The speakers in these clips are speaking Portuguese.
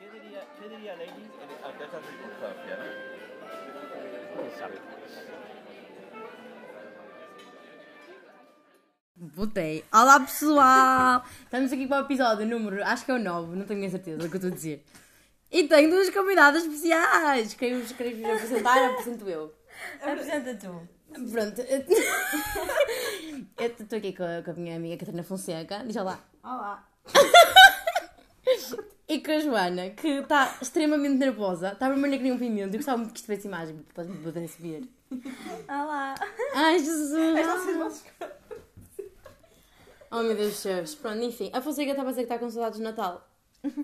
Pedria, pediria ladies and uh, that has been confirmed, yeah? Botei. Olá pessoal! Estamos aqui para o episódio número, acho que é o 9, não tenho bem certeza do que eu estou a dizer. E tenho duas convidadas especiais! Querem vos apresentar? Apresento eu. Apresenta tu. Pronto. Eu estou aqui com a, com a minha amiga Catarina Fonseca, diz olá. Olá. E com a Joana, que está extremamente nervosa, está vermelha que nem um pimento. Eu gostava muito que isto tivesse imagem, porque depois me pudesse ver. Olá. Ai, Jesus! Oh, meu Deus dos céus. Pronto, enfim. A Fonseca estava a dizer que está com saudades de Natal.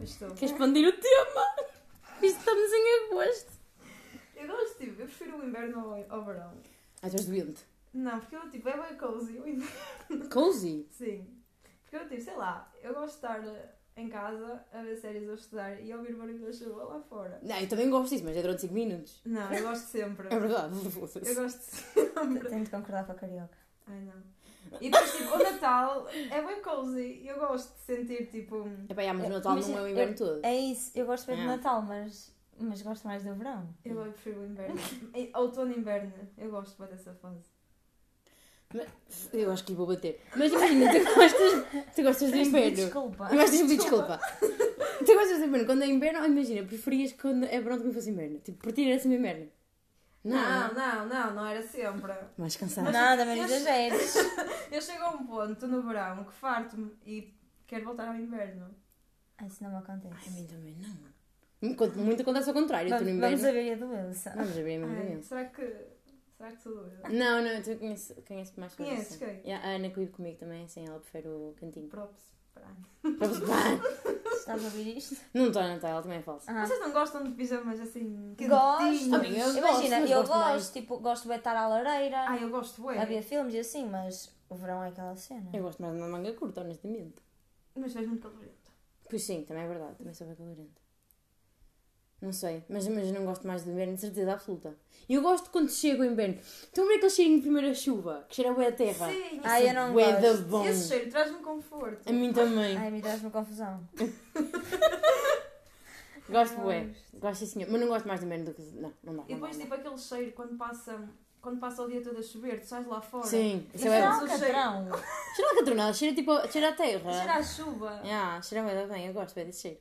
Estou. Quer expandir o tema? Isto estamos em agosto. Eu gosto, tipo, eu prefiro o inverno ao, ao verão. Ah, estás doente. Não, porque eu, tipo, é bem cozy o inverno. Cozy. Sim. Porque eu, tipo, sei lá, eu gosto de estar eh, em casa a ver séries ou estudar e a ouvir o barulho da chuva lá fora. Não, eu também gosto disso, mas é durante 5 minutos. Não, eu gosto sempre. É verdade. Eu gosto sempre. Tenho de concordar com a carioca. Ai, não. E depois, tipo, o Natal é bem cozy. Eu gosto de sentir, tipo... um- Epá, já, mas o Natal Mas não é o eu- inverno todo. É isso, eu gosto bem É. do Natal, mas, mas gosto mais do verão. Eu bem prefiro o inverno. E- Outono e inverno. Eu gosto bem dessa fase. Eu acho que lhe vou bater. Mas imagina, tu gostas, tu gostas do Tens de pedir inverno. Desculpa. Mas tens de pedir desculpa. Tu gostas do inverno quando é inverno ou imagina, preferias que quando é verão também fosse inverno? Tipo, partir essa minha merda. Não. não, não, não, não era sempre. Mais cansado. Nada, mas Eu- exageres. Eu chego a um ponto no verão que farto-me e quero voltar ao inverno. Ah, Isso não me Ai, a acontece. mim também não. Quando- Muito acontece ao contrário. Eu estou no Vamos, vamos inverno. a ver a doença. Vamos abrir a minha Ai, doença. será que. Será que tudo eu? é? Não, não, tu conheço, conheço mais coisas. Conheces assim. quem? Yeah, a Ana que vive comigo também, assim, ela prefere o cantinho. Props. para a Ana. Estás a ouvir isto? não estou, não estou, ela também é falsa. Ah. Vocês não gostam de pijamas assim? Gosto. Amiga, eu quentinhos? Imagina, mas eu gosto mais. gosto, tipo, gosto de estar à lareira, Ai, eu gosto, ué. a ver filmes e assim, mas o verão é aquela cena. Eu gosto mais de uma manga curta, honestamente. Mas fez muito calorento. Pois sim, também é verdade, também sou bem calorenta. Não sei, mas, mas eu não gosto mais do inverno, de certeza absoluta. E eu gosto quando chego o inverno. Então, é Estão a ver aquele cheirinho de primeira chuva, que cheira bué a terra? Sim, Ai, eu não bué da gosto. é bom. É esse cheiro traz-me conforto. A mim também. Ai, me traz-me confusão. gosto bué. Gosto sim, senhor. Mas não gosto mais do inverno do que... Não, não dá. E não dá, depois, não dá. tipo, aquele cheiro quando passa, quando passa o dia todo a chover, tu sais lá fora. Sim, isso Isso é é bué bom. um o cheiro. catrão. Cheira a catronada, cheira tipo, a- cheira a terra. Cheira a chuva. Ah, cheira bem, bem, eu gosto bem desse cheiro.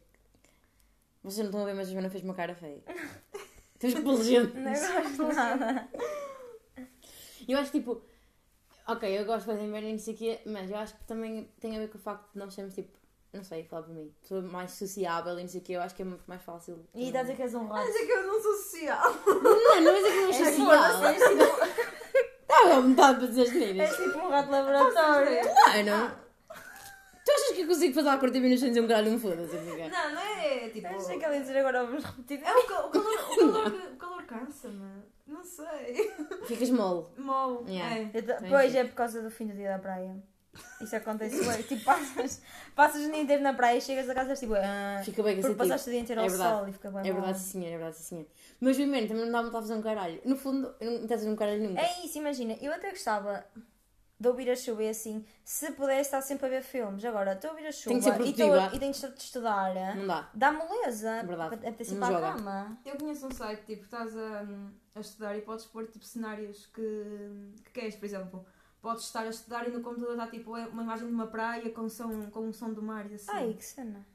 Vocês não estão a ver, mas a Joana fez uma cara feia. Temos Não é inteligentes. gosto de nada. Eu acho que tipo, ok, eu gosto de fazer merda e não sei o quê, mas eu acho que também tem a ver com o facto de nós sermos tipo, não sei, falar para mim, pessoa mais sociável e não sei o quê, eu acho que é muito mais fácil. E estás a dizer que és um Mas rato. é que eu não sou social. Não, é não és um aqui mais És tipo, social. és tipo- Estava à vontade para dizer as neiras. és tipo um rato de laboratório. É, Claro! Tu achas que eu consigo fazer a 40 minutos sem dizer um caralho, não foda-se, amiga? Não, não é tipo. Não sei o que ela ia dizer agora, vamos repetir. É o calor, o calor, o calor, o calor cansa-me. Não sei. Ficas mole. Mole. Yeah. É. Eu ta- Sim, Pois sim. é por causa do fim do dia da praia. Isso acontece bem. Tipo, passas, passas o dia inteiro na praia e chegas a casa e és tipo. Ah, Fica bem porque cansativo. passaste o dia inteiro ao É verdade. sol e fica bem É mal. verdade, sim, senhor, é verdade, sim, senhor. Mas o inverno também não dá vontade de fazer um caralho. No fundo, não estás a fazer um caralho nunca. É isso, imagina. Eu até gostava de ouvir a chuva e assim, se pudesse estar sempre a ver filmes. Agora, estou a ouvir a chuva Tenho que ser e, estou a- produtiva. e tenho de estudar. eh, Não dá. Dá moleza. Verdade. Apetece ir Não para a joga. cama. Eu conheço um site, tipo, estás a, a estudar e podes pôr tipo cenários que, que queres, por exemplo. Podes estar a estudar e no computador está tipo uma imagem de uma praia com som, com um som do mar e assim. Ai, que cena.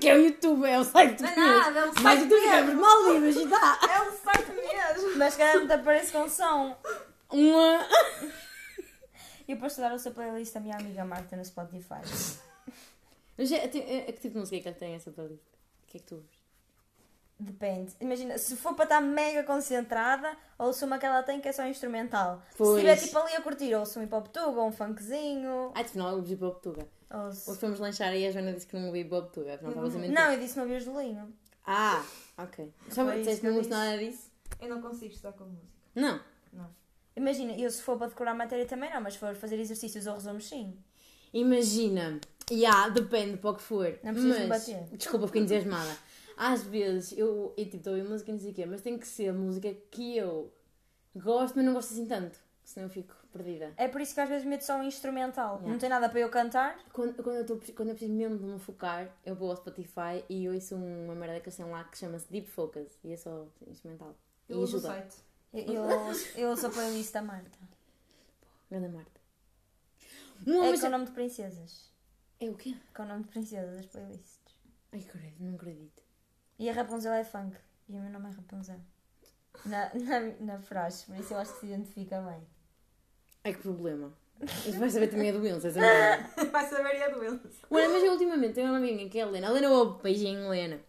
que é o YouTube, é o site não é que conheces. nada, é um site Mas o YouTube é mesmo. mal livres e dá. É um site mesmo. Mas se calhar não te aparece com som. Uma. Eu posso dar o seu playlist à minha amiga Marta no Spotify. Mas é, é, é que tipo de música é que ela tem essa playlist? O que é que tu ouves? Depende. Imagina, se for para estar mega concentrada, ouço uma que ela tem que é só instrumental. Pois. Se estiver tipo ali a curtir, ouço um hip hop tubo, ou um funkzinho. Ah, afinal, eu ouvi Bob Tuga. Hoje Ouço... fomos lanchar e a Joana disse que não ouvi Bob Tuga. Afinal, estavas a mentir. Não, eu disse não ouvir o gelinho. Ah, ok. Só Foi isso disseste que que não eu ouvi nada disso? Eu não consigo estudar com música. Não. Não. Imagina, eu se for para decorar matéria também não, mas se for fazer exercícios ou resumos, sim. Imagina, yeah, depende para o que for. Não precisas me mas, bater. Desculpa, fiquei entusiasmada. Às vezes eu, eu tipo, estou a ouvir música e não sei o quê, mas tem que ser música que eu gosto, mas não gosto assim tanto. Senão eu fico. perdida. É por isso que às vezes meto só um instrumental. Yeah. Não tem nada para eu cantar. Quando, quando, eu tô, pre- quando eu preciso mesmo de me focar, eu vou ao Spotify e ouço uma merda que eles têm lá que chama-se Deep Focus e é só instrumental. Eu e uso o ajuda. site. Eu, eu, eu ouço a playlist da Marta. Grande Marta. É Não, mas... com o nome de princesas. É o quê? Com o nome de princesas, as playlists. Ai, credo, não acredito. E a Rapunzel é funk. E o meu nome é Rapunzel. Na, na, na frase, por isso eu acho que se identifica bem. Ai, que problema. Isso vai saber também a doença, essa merda. Vai saber e é doença. Olha, mas eu ultimamente tenho uma amiga que é a Helena. A Helena ouve, beijinho, Helena.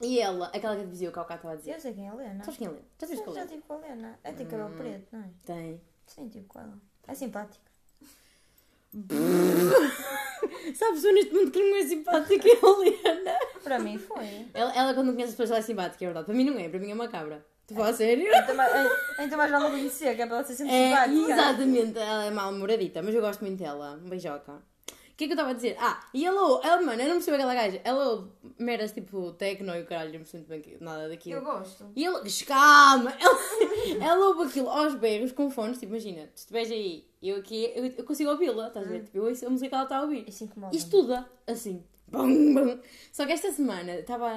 E ela, aquela que eu te dizia o que o Cacá estava a dizer. Eu sei quem é a Lena. Sabes quem é a Hum. Helena? Já sabes Sim, qual já é? tive com a Lena. Eu tenho cabelo preto, não é? Tem. Sim, tive com ela. É simpática. Sabes, eu neste mundo que não é simpática é a Helena. Para mim foi. Ela, ela quando conhece as pessoas, ela é simpática, é verdade. Para mim não é, para mim é uma cabra. Tu falas sério? Então, ma- eh, então mais vale não conhecer, que é para ela ser sempre É, simpática. exatamente, ela é mal-humoradita, mas eu gosto muito dela. Um beijoca. O que é que eu estava a dizer? Ah, e ela, ouve- ela, mano, eu não percebo aquela gaja. Ela ouve meras tipo tecno e o caralho, eu não percebo muito bem nada daquilo. Eu gosto. E ele, calma, ela, ela ouve aquilo aos berros com fones, tipo, imagina, tu estiveres aí, eu aqui, eu, eu consigo ouvi-la, estás a Ah. ver? Tipo, eu ouço a música que ela está a ouvir. Isso é incomoda. E estuda, assim, bum, bum. Só que esta semana estava.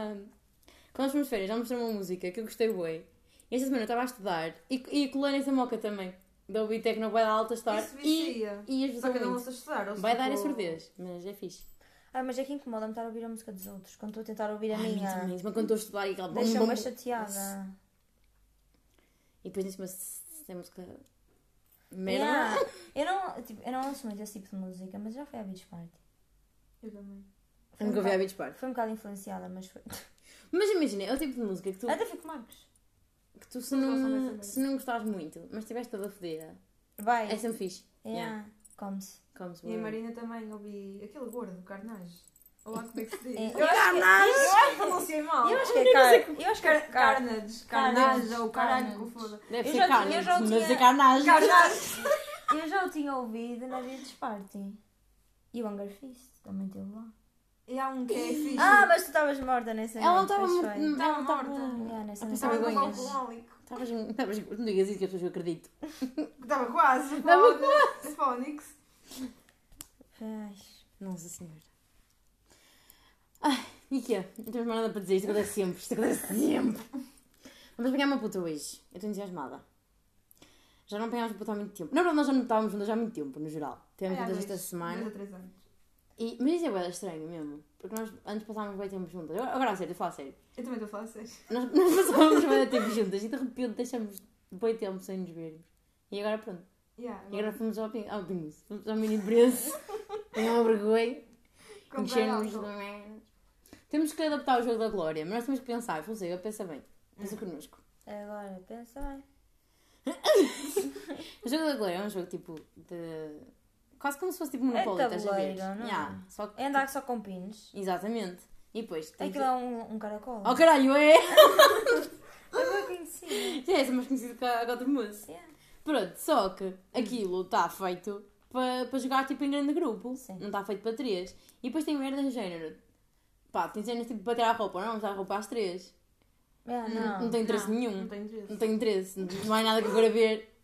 Quando nós fomos de férias, ela mostrou uma música que eu gostei bué. E esta semana eu estava a estudar e, e colei nessa moca também. Da ouvir Tecno vai dar alta estar. Isso E, vicia. e Só ajudou que eu não muito. ouço a estudar. ouço Vai dar a tipo- surdez, mas é fixe. Ah, mas é que incomoda-me estar a ouvir a música dos outros. Quando estou a tentar ouvir a Ai, minha. muito mesmo. Mas quando estou a estudar e aquela bum, bum, Deixa-me bum. chateada. E depois nesse mas a música. Merda. Yeah. Eu, não, tipo, eu não ouço muito esse tipo de música, mas já fui à Beach Party. Eu também. Eu Nunca vi a Beach Party. Foi um bocado influenciada, mas foi. Mas imagina, é o tipo de música que tu, Até fico Marcos. que tu se, Eu gosto dessa não, merda. se não gostares muito, mas estiveres toda fodida, Vai. é sempre fixe. Yeah. Yeah. Come-se. Comes E a bué. Marina também ouvi aquele gordo, carnage. Olá, como é que se diz? É. Eu acho que- Eu acho que pronunciei mal. Eu acho que é car... Eu acho que é Car- car... Carnage, carnage, ou caralho, Carnage. que foda. Deve Eu ser já carne, tinha- eu já o mas tinha- é carnagem. Carnage! Eu já o tinha ouvido na Beach Party. E o Hunger Fist também teve lá. E há um que é fixe. Ah, mas tu estavas morta nessa Ela não noite, estava pois morta. foi. Ela Estava estava. morta. Yeah, nessa Ah, noite. pensava Estava com um vergonhas. alcoólico. Estavas. Estavas. Não digas isso que as pessoas acreditam. Estava quase. Estava foda. Fónix. Ai, Nossa senhora. Ai, e que é? Não temos mais nada para dizer. Isto acontece sempre. Isto acontece sempre. Vamos pegar uma puta hoje. Eu estou entusiasmada. Já não pegámos puta há muito tempo. Na verdade, nós já não estávamos juntas há muito tempo, no geral. Tivemos Ai, há juntas esta É, dois- semana. dois ou três anos. E, mas isso é bué estranho mesmo. Porque nós antes passávamos bem tempo juntas. Agora, agora a sério, eu falo a sério. Eu também estou a falar sério. Nós, nós passávamos bem tempo juntas e de repente deixamos bem tempo sem nos vermos. E agora pronto. Yeah, E agora fomos ao Pingus. Ao Pingus. Fomos ao Mini Preço. Tenho uma vergonha. comprei Encher-nos de álcool. merda. Temos que adaptar o jogo da Glória, mas nós temos que pensar. Fonseca, pensa bem. Pensa Hum. connosco. agora pensa bem. O jogo da Glória é um jogo tipo de. Quase como se fosse tipo Monopoly, É estás a ver? tabuleiro, não é? Yeah, só que- tipo, É andar só com pinos. Exatamente. E depois. tem que- Aquilo é um, um caracol. Oh caralho, é! Eu não conheci. né? Já é essa mais conhecida que a God Moose. Yeah. Pronto, só que aquilo está feito para pa jogar tipo em grande grupo. Sim. Não está feito para três. E depois tem merdas do género. Pá, tem cenas tipo para tirar a roupa. Não, vamos tirar a roupa às três. Yeah, não. Hum, Não tem interesse Não, nenhum. Não tenho interesse. Não tenho interesse. Não não há nada que eu queira ver.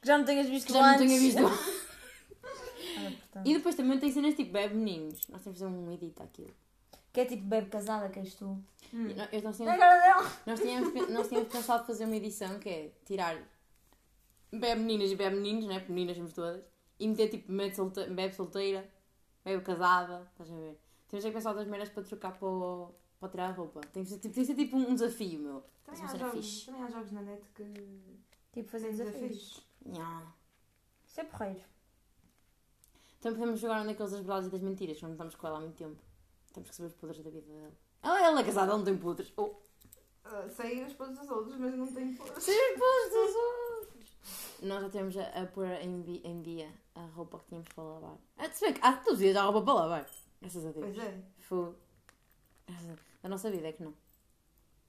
Já não tenhas visto Que já não antes. tenha visto. Ah, portanto. E depois também tem cenas tipo bebe meninos. Nós temos de fazer um edit àquilo. Que é tipo bebe casada que és tu. E nós- Nós Na tínhamos, cara dela. nós, tínhamos, pe- nós tínhamos pensado fazer uma edição que é tirar bebe meninas e bebe meninos, né? Porque meninas somos todas. E meter tipo mete solte- bebe solteira, bebe casada. Estás a ver? Temos é que pensar outras meras para trocar para, o- para tirar a roupa. Tem que ser tipo, tem que ser, tipo um desafio, meu. Também Mas há, era jogos, fixe. é, também há jogos na net que têm Tipo fazer desafios. desafios. Nha. Isso é porreiro. Então podemos jogar um daqueles das verdades e das mentiras, que não estamos com ela há muito tempo. Temos que saber os podres da vida dela. Ela, ela é casada, ela não tem podres. Oh. Ah, sei os pontos dos outros, mas não tenho pontos. Nós já temos a, a pôr em, vi- em dia a roupa que tínhamos para lavar. Ah, se bem que há todos os dias há roupa para lavar. Graças a Deus. Pois é. Foi. Da nossa vida é que não.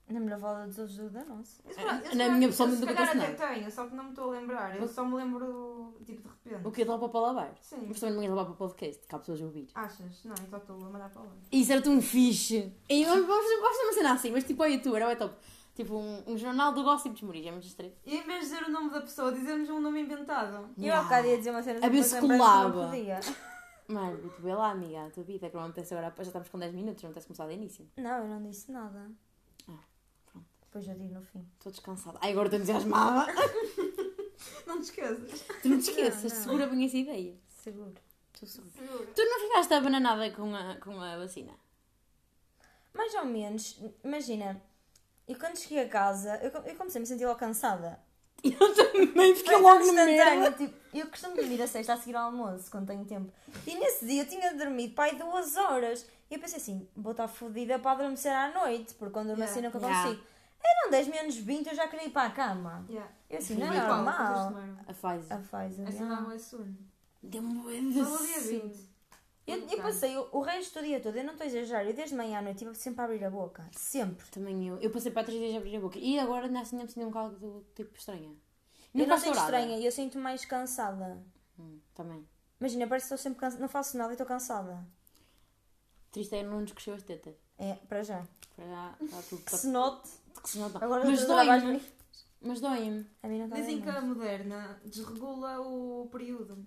Na melhor volta dos outros do da nossa. Eu se calhar- eu É, Na se calhar- minha eu pessoa se nunca calhar acontece até tenho, só que não me estou a lembrar. Eu só me lembro, tipo, de repente. O que é de roupa para lavar? Sim. Mas também ninguém lava para o podcast, que há pessoas a ouvir. Achas? Não, eu só estou a mandar para lá. Isso era tão fixe. E vamos vamos- vamos fazer uma cena assim, mas tipo ao YouTube, era o top. Tipo, um, um jornal do gossip de Moris, é muito estranho. E em vez de dizer o nome da pessoa, dizemos um nome inventado. Eu há bocado ia dizer uma cena A ver se depois lembrei-me que não colava. podia. Mano, tu vê lá, amiga, a tua vida, é que não acontece agora, já estamos com 10 minutos, não tens começado a início. Não, eu não disse nada. Ah, pronto. Depois eu digo no fim. Estou descansada. Ai, agora estou entusiasmada. Não te esqueças. tu não te esqueças, Não, não. segura bem essa ideia. Seguro. Estou segura. Tu não ficaste abananada com a, com a vacina? Mais ou menos, imagina, eu quando cheguei a casa, eu, eu comecei a me sentir logo cansada. Eu também fiquei Foi logo no instantâneo, meio. tipo, eu costumo dormir a sexta a seguir ao almoço, quando tenho tempo. E nesse dia eu tinha dormido pai duas horas. E eu pensei assim, vou estar fodida para adormecer à noite, porque quando durmo Yeah. assim nunca Yeah. consigo. Eram 10 menos 20, eu já queria ir para a cama. Yeah. Eu assim, não E é qual? Quantas normal. tomaram? A Pfizer. A Pfizer. assim Essa yeah. não é sono. Deu-me um Só no dia 20. Eu, eu passei o, o resto do dia todo, eu não estou a exagerar, eu desde manhã à noite estive sempre a abrir a boca. Sempre. Também eu. Eu passei para três dias a abrir a boca. E agora ainda assim não me sinto um caldo do tipo estranha. eu não faço sinto dourada. estranha, eu sinto mais cansada. Hum, também. Imagina, parece que estou sempre cansada, não faço nada e estou cansada. Triste é não nos cresceu as tetas. É, para já. Para já está tudo. Que se note. Que se nota. Agora Mas eu estou a gravar as dói-me. minhas- Mas dói-me. A mim não está Dizem que a bem. moderna desregula o período.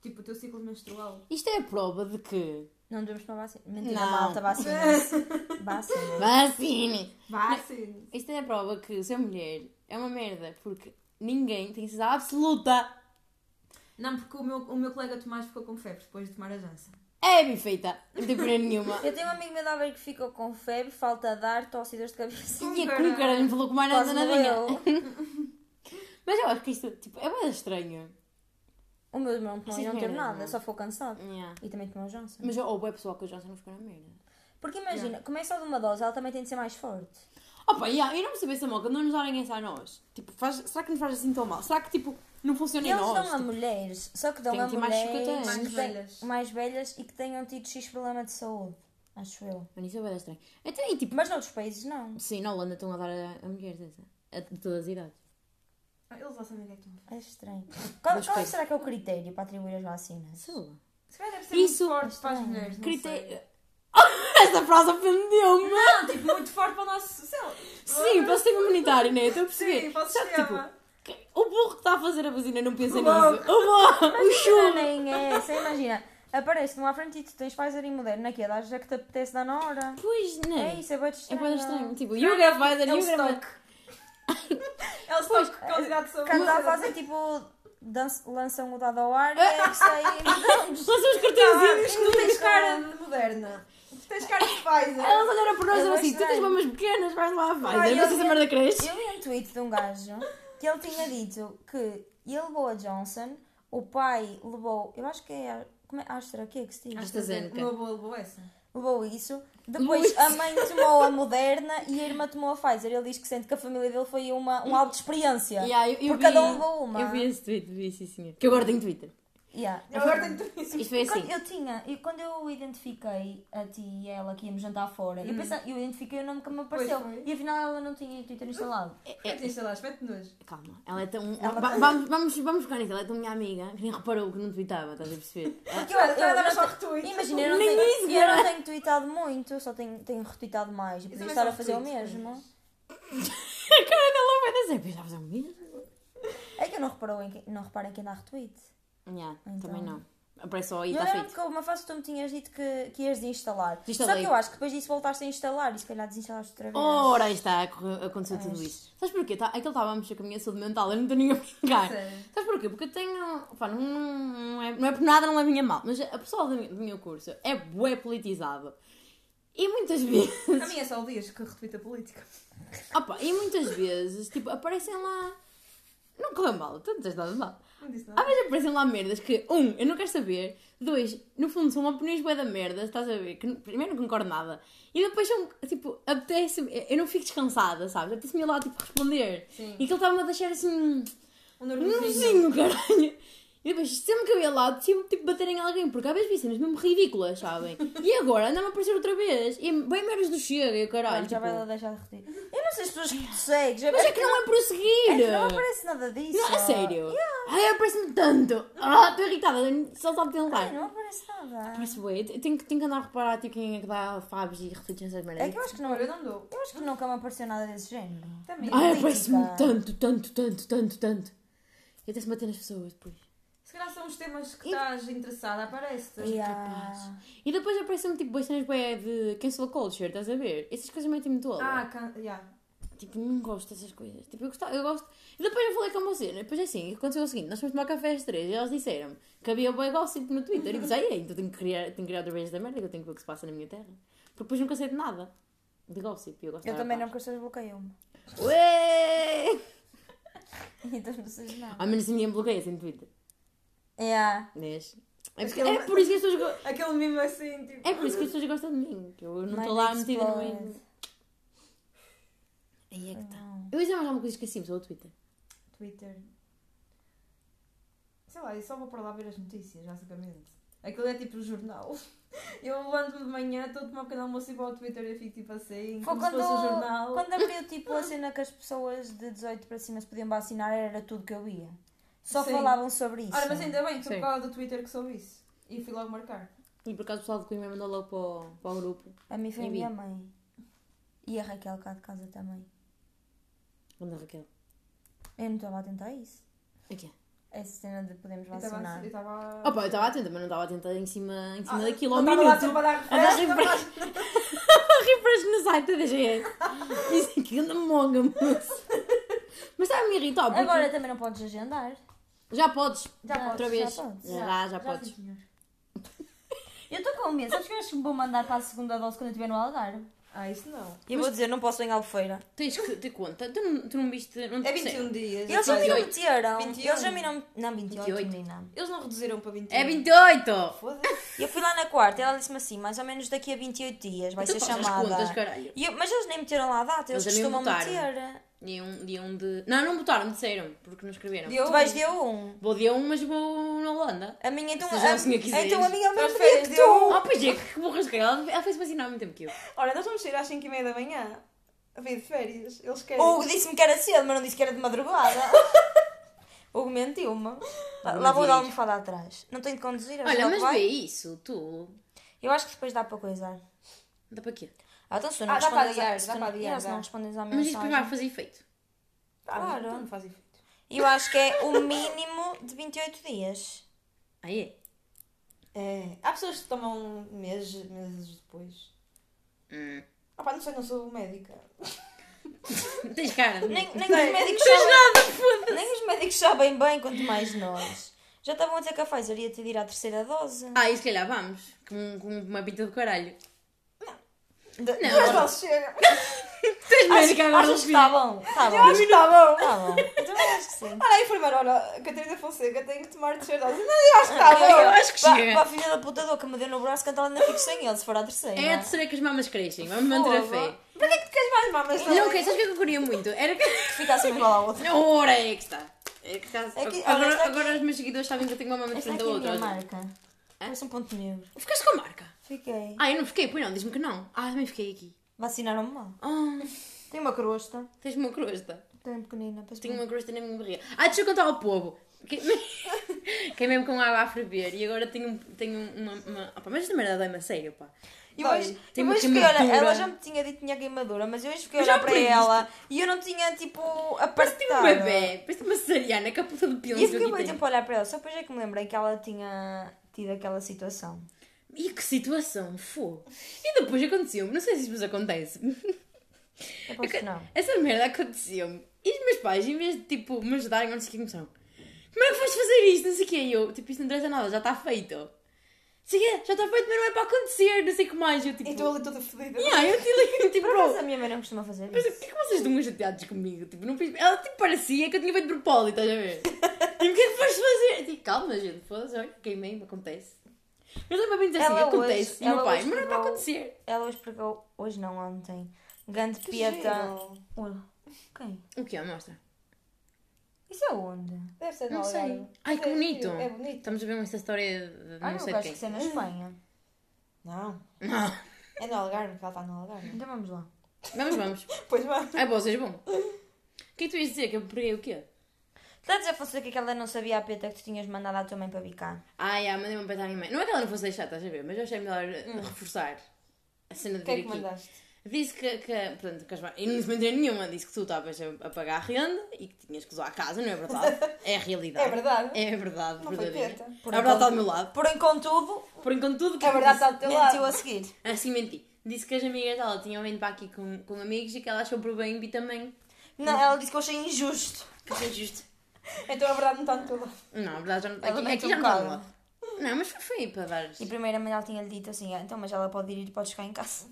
Tipo, o teu ciclo menstrual. Isto é a prova de que. Não devemos tomar vacina. Mentira, Não. malta, vacina-se. Vacina. Vacine! Vá, sim. Isto é a prova que ser mulher é uma merda. Porque ninguém tem certeza absoluta. Não, porque o meu, o meu colega Tomás ficou com febre depois de tomar a jança. É bem feita. Não tem pena nenhuma. Eu tenho um amigo meu da Aveiro que ficou com febre, falta de ar, tosse e dor de cabeça. E a cúcara não falou com mais nada Quase nadinha. morreu. Mas eu acho que isto tipo, é bem estranho. O meu irmão também Sim, não teve merda, nada, não. só ficou cansado. Yeah. E também tomou Johnson. Mas houve é pessoal que o Johnson não ficou na merda. Porque imagina, como é só de uma dose, ela também tem de ser mais forte. Opa, yeah, eu não percebo essa moca, não nos darem essa a nós. Tipo, faz, será que nos faz assim tão mal? Será que tipo, não funciona E em eles nós? dão a Tipo, mulheres, só que dão Tem a que ter mais de 50 mulheres anos. que Mais têm- velhas. mais velhas e que tenham tido X problema de saúde. Acho eu. Mano, isso é bem estranho. Até e tipo, Mas noutros países não. sim, na Holanda estão a dar a, a mulheres essa. A, de todas as idades. Ah, Eles lá sabem o que é que estão a fazer. É estranho. Qual, Mas qual foi- será que é o critério para atribuir as vacinas? Sei lá. Se calhar deve ser Isso- muito forte para as mulheres. Não, Critério. essa frase ofendeu-me! sei. não, tipo, muito forte para o nosso. Sei lá. Sim, para o sistema imunitário, né? Eu Estou a perceber. Sim, para o Só que, sistema. tipo, o burro que está a fazer a vacina não pensa O nisso. O burro! O Não, chulo! nem é. Você imagina, aparece-te uma à frente e tu tens Pfizer e Moderna aqui a dar já que te apetece dar na hora. Pois, não É isso, é bem É estranho. bem estranho. Tipo, you get Pfizer, É o you get Pfizer. estoque. É o estoque de qualidade de saúde. Quando a fazem tipo, dan- lançam o dado ao ar e é isso aí. Mas são os cartãozinhos. Tu tens cara de moderna. Tu tens cara de Pfizer. Elas olharam para nós e disseram Eu assim: gostei. tu tens mamas pequenas, vais lá, Ai, Pfizer. eu Não sei se a vi- merda cresce. Eu vi um tweet de um gajo que ele tinha dito que ele levou a Johnson, o pai levou, eu acho que é, a- como é Astra, o que é que se diz? AstraZeneca. Uma boa levou essa. Levou isso. Depois a mãe tomou a Moderna e a irmã tomou a Pfizer. Ele diz que sente que a família dele foi uma, um alto de experiência. Yeah, eu, eu Porque vi, cada um levou uma. Eu vi esse tweet, vi sim, senhor. Que eu agora tenho Twitter. Yeah. Eu agora tenho tudo isso. Isto foi assim. Quando eu tinha, eu, quando eu identifiquei a ti e ela que íamos jantar fora, Hum. eu, pensava, eu identifiquei o nome que me apareceu. Pois foi. E afinal ela não tinha Twitter instalado. É- Mas isto lá, espete-nos. Calma, ela é tão. va- Vamos, vamos, vamos ficar nisso, ela é tão minha amiga que nem reparou que não tweetava, estás a perceber? Porque Tu dava só não- retweet. Imagina, eu não, Nem tenho, isso, eu cara. não tenho tweetado muito, eu só tenho, tenho retweetado mais. E podia também estar só a fazer o retweets, mesmo. A cara dela vai dizer: pois estavas a ouvir? É que eu não reparo em quem, não reparo em quem dá retweet. Yeah, Então. Também não. Aparece só aí, E eu está lembro feito. que houve uma fase que tu me tinhas dito que, que ias desinstalar. Desinstalei. Só que eu acho que depois disso voltaste a instalar e se calhar desinstalaste outra vez. Ora, aí está, acorre- aconteceu Ai. tudo isto. Sabes porquê? Tá, aquele estava a mexer com a minha saúde mental, eu não tenho ninguém a brincar. Sério. Sabes porquê? Porque eu tenho. Pá, não, não, é, não é por nada, não é minha mal, mas a pessoa do, meu- do meu curso é bué politizada. E muitas vezes. A minha é só o Dias que retweet a política. Opa, e muitas vezes, tipo, aparecem lá. Não correu mal, tu não tens nada de mal. Não disse nada. Às vezes aparecem lá merdas que, um, eu não quero saber, dois, no fundo são opiniões bué da merda, estás a ver? Que n- primeiro não concordo nada, e depois são, tipo, apetece eu não fico descansada, sabes? Apetece-me ir lá, tipo, responder. Sim. E aquilo estava-me a deixar assim. Um Um nervosinho. nozinho, caralho. E depois, sempre que eu ia lá, tinha tipo bater em alguém, porque às vezes vi cenas mesmo ridículas, sabem? E agora anda-me a aparecer outra vez. E bem meros do Chega e o caralho. tipo, já vai lá deixar de repetir. Eu não sei as pessoas que tu segues. Mas é que não é prosseguir! não é aparece nada disso. Não, a sério! Ai, aparece-me tanto! Ah, estou irritada, só sabe ter um Ai, like. não aparece nada. Parece bué, eu tenho, que- tenho que andar a reparar tipo, quem é que dá faves e refletir essas merdas. É que eu acho que não. Olha, eu Eu não dou. acho que nunca me apareceu nada desse género. Também. Ai, Ridícula. aparece-me tanto, tanto, tanto, tanto, tanto. E até se bater nas pessoas depois. Se calhar são os temas que estás interessada, aparece-te. Yeah. E depois aparece-me tipo boas cenas bué de cancel culture, estás a ver? Essas coisas metem-me toda. Ah, can... yeah. Tipo, não gosto dessas coisas. Tipo, eu, gostava, eu gosto. E depois eu falei com você, né? depois assim, aconteceu o seguinte: nós fomos tomar café às três e elas disseram-me que havia boa gossip no Twitter. E disse, ai, ai, então tenho que, criar, tenho que criar outra vez da merda que eu tenho que ver o que se passa na minha terra. Porque depois nunca sei de nada de gossip. e Eu, gosto de estar Eu a também par. não, porque as pessoas bloqueiam-me. Ué! Então não sei nada. Ao menos ninguém bloqueia assim no Twitter. Yeah. Mas. É, Mas porque- que ele- é por isso que as pessoas. go- Aquele mimo assim, tipo. É por isso que as pessoas gostam de mim. Que eu não Mind estou lá metida no meio. exploded. Aí é que tá. Ah. Não. Eu ia dizer mais alguma coisa que esqueci-me sobre o Twitter. Twitter. Sei lá, eu só vou para lá ver as notícias, basicamente. Aquilo é tipo jornal. Eu levanto-me de manhã, estou a tomar um pequeno almoço e vou ao Twitter e eu fico tipo assim, Foi como se quando, fosse um jornal. quando abriu tipo a cena que as pessoas de 18 para cima se podiam vacinar, era tudo que eu via. Só Sim. falavam sobre isso. Ora, mas ainda bem que foi Sim. por causa do Twitter que soube isso. E fui logo marcar. E por acaso o pessoal de Coimbra mandou logo para o, para o grupo. A mim foi a E minha mãe. E a Raquel cá de casa também. Manda é, Raquel. Eu não estava atenta a isso. Aqui. Essa cena de podemos Eu estava vacinar. eu estava- Opa, eu estava atenta, mas não estava atenta em cima, em cima Ah, não daquilo estava ao lá minuto. sempre a dar Andas refresh, sempre- estava lá- refresh Tipo, no site da DGS. Dizem é que anda monga, moço. Mas estava-me a irritar, porque Agora também não podes agendar. já podes. Já podes, Outra já vez. Tá, podes. Já, já, sim, podes. senhor. Eu estou com medo. Sabes que eu acho que me vou mandar para a segunda dose quando eu estiver no Algarve? Ah, isso não. Eu vou dizer, não posso em Albufeira. Tens que ter conta. Tu não, tu não viste. Não te É percebes. 21 dias. Eles já me 28. meteram. 21. Eles já me não... Não, 28, 28. menina. Eles não reduziram para 21. É 28! Foda-se. Eu fui lá na quarta e ela disse-me assim, mais ou menos daqui a 28 dias vai Então ser faz as chamada. contas, caralho. E eu- mas eles nem meteram lá a data, eles, Eles a mim costumam botaram. meter. Dia 1 um, dia um de. Não, não botaram, disseram, porque não escreveram. Dia Tu um. vais dia 1. Vou dia 1, um, mas vou na Holanda. A minha então. Se já a- o senhor quiser. Então a minha é o mesmo dia Transferes que dia tu. Oh, pois é, que que burras que ela, ela fez vacinar ao mesmo tempo que eu. Ora, nós vamos sair às 5h30 da manhã. A vir de férias. Eles querem. O Hugo disse-me que era cedo, mas não disse que era de madrugada. O Hugo mentiu-me. Lá, lá vou Mas dar diz. uma fada atrás. Não tenho de conduzir, acho que Olha, ela mas vai. vê isso, tu. Eu acho que depois dá para coisar. Dá para quê? Ah, então se tu não Ah, dá para respondes a- adiar, se dá tu- para adiar, não, se não dá. respondes à Mas isso depois vai mensagem. fazer efeito. Ah, mas claro. Não faz efeito. Eu acho que é o mínimo de 28 dias. Aí é. É. Há pessoas que tomam meses, meses depois. Hum. Ah pá, não sei, não sou médica. Tens cara. Nem, nem os Não médicos sabem. Nem os médicos sabem bem, quanto mais nós. Já estavam a dizer que a Pfizer ia te ir à terceira dose. Ah, e se calhar vamos. Com, com uma pinta do caralho. Não. Mas não chega. Tens médica agora Achas que está bom? Está Eu acho bom. que está bom. Está bom. Então Eu também acho que sim. Olha a enfermeira, olha, Catarina Fonseca, tenho que tomar terceira dose. Não, eu acho que está bom. Eu acho que Para- chega. Para a filha da puta dor que me deu no braço, que ela ainda fico sem ele, se for à terceira. É a terceira que as mamas crescem. Vamos manter a fé. Para que é que tu queres mais mamas? Não, ok, sabes o que é que eu queria muito? Era que. Que ficasse igual à outra. Não, ora é que está. É que está. Aqui- olha, agora, esta aqui- agora os meus seguidores sabem que eu tenho uma mama Esta diferente aqui da é a minha outra. É? marca. Parece um ponto negro. Ficaste com a marca? Fiquei. Ah, eu não fiquei, pois não, diz-me que não. Ah, também fiquei aqui. Vacinaram-me mal. Ah, Tem uma crosta. tens uma crosta. Tem pequenina. parece Tenho uma- uma crosta na minha barriga. Ah, deixa eu contar ao povo. Que- Que é mesmo com água a ferver e agora tenho, tenho uma. uma... Ah, pá, mas esta merda dói-me a sério, pá. E hoje, Tem eu uma hoje fiquei, olha, queimadura. ela já me tinha dito que tinha queimadura, mas eu hoje fiquei a Eu já olhar para aprendi ela e eu não tinha, tipo, Parece tipo um apartado. bebê, parece uma cesariana com a puta de pilão E eu que eu fiquei aqui muito tenho. tempo a olhar para ela, só depois é que me lembrei que ela tinha tido aquela situação. E que situação, fogo. E depois aconteceu-me, não sei se isso vos acontece. Eu posso É que não. Essa merda aconteceu-me. E os meus pais, em vez de tipo me ajudarem, eu não sei o que me são. Como é que foste fazer isto? Não sei o que. E eu, tipo, isto não interessa nada, já está feito. Não sei o quê, já está feito, mas não é para acontecer, não sei o que mais. Eu tipo. E Então, estou ali toda fodida. Yeah, eu te ligo, tipo, Mas bro. a minha mãe não costuma fazer Mas isso. porquê que vocês estão chateados comigo? Tipo, não fiz... Ela tipo parecia que eu tinha feito propósito, estás a ver? Tipo, o que é que foste fazer? Tipo, calma, gente, foda-se, olha, queimei-me, acontece. Mas também bem dizer assim, Ela acontece. hoje- e o meu ela pai, hoje mas não é para pegou- acontecer. Ela hoje pegou, hoje não, ontem, grande Que pieta. giro. Ui, Quem? O que é? Mostra. Isso é onde? Deve ser Não no sei. Algarve. Ai, que É bonito. giro, É bonito. Estamos a ver uma história de Ah, não não, sei de eu quem. acho que isso é na Espanha. Não. Não. É no Algarve, que tá ela está no Algarve. Então vamos lá. Vamos, vamos. Pois vá. Ai, vocês vão. O que é que tu ias dizer? Que eu peguei o quê? Estás Tá a dizer, Fonseca, que ela não sabia a peta que tu tinhas mandado à tua mãe para bicar? Ah, yeah, mandei uma para a minha mãe. Não é que ela não fosse deixar, estás a ver? Mas eu achei melhor eh, reforçar a cena de O que é vir que aqui. mandaste? Disse que, que, portanto, que as mães- e não se mentira nenhuma, disse que tu estavas a, a pagar a renda e que tinhas que usar a casa, não é verdade? É a realidade. É verdade. É verdade, Não foi verdadeira. peta. A verdade está do meu lado. Porém, contudo, Por enquanto tudo que A verdade disse- está do teu mentiu a lado. seguir. Assim menti. Disse que as amigas dela tinham vindo para aqui com, com amigos e que ela achou por bem vir também. Não, ela disse que eu achei injusto. Que foi justo. Então a verdade tá não está do teu lado. Não, a verdade já não. Ela Aqui, mete aqui um já não está bocado. do lado. Não, mas foi, foi para dar. E primeiramente ela tinha-lhe dito assim, ah, então, mas ela pode ir e pode ficar em casa.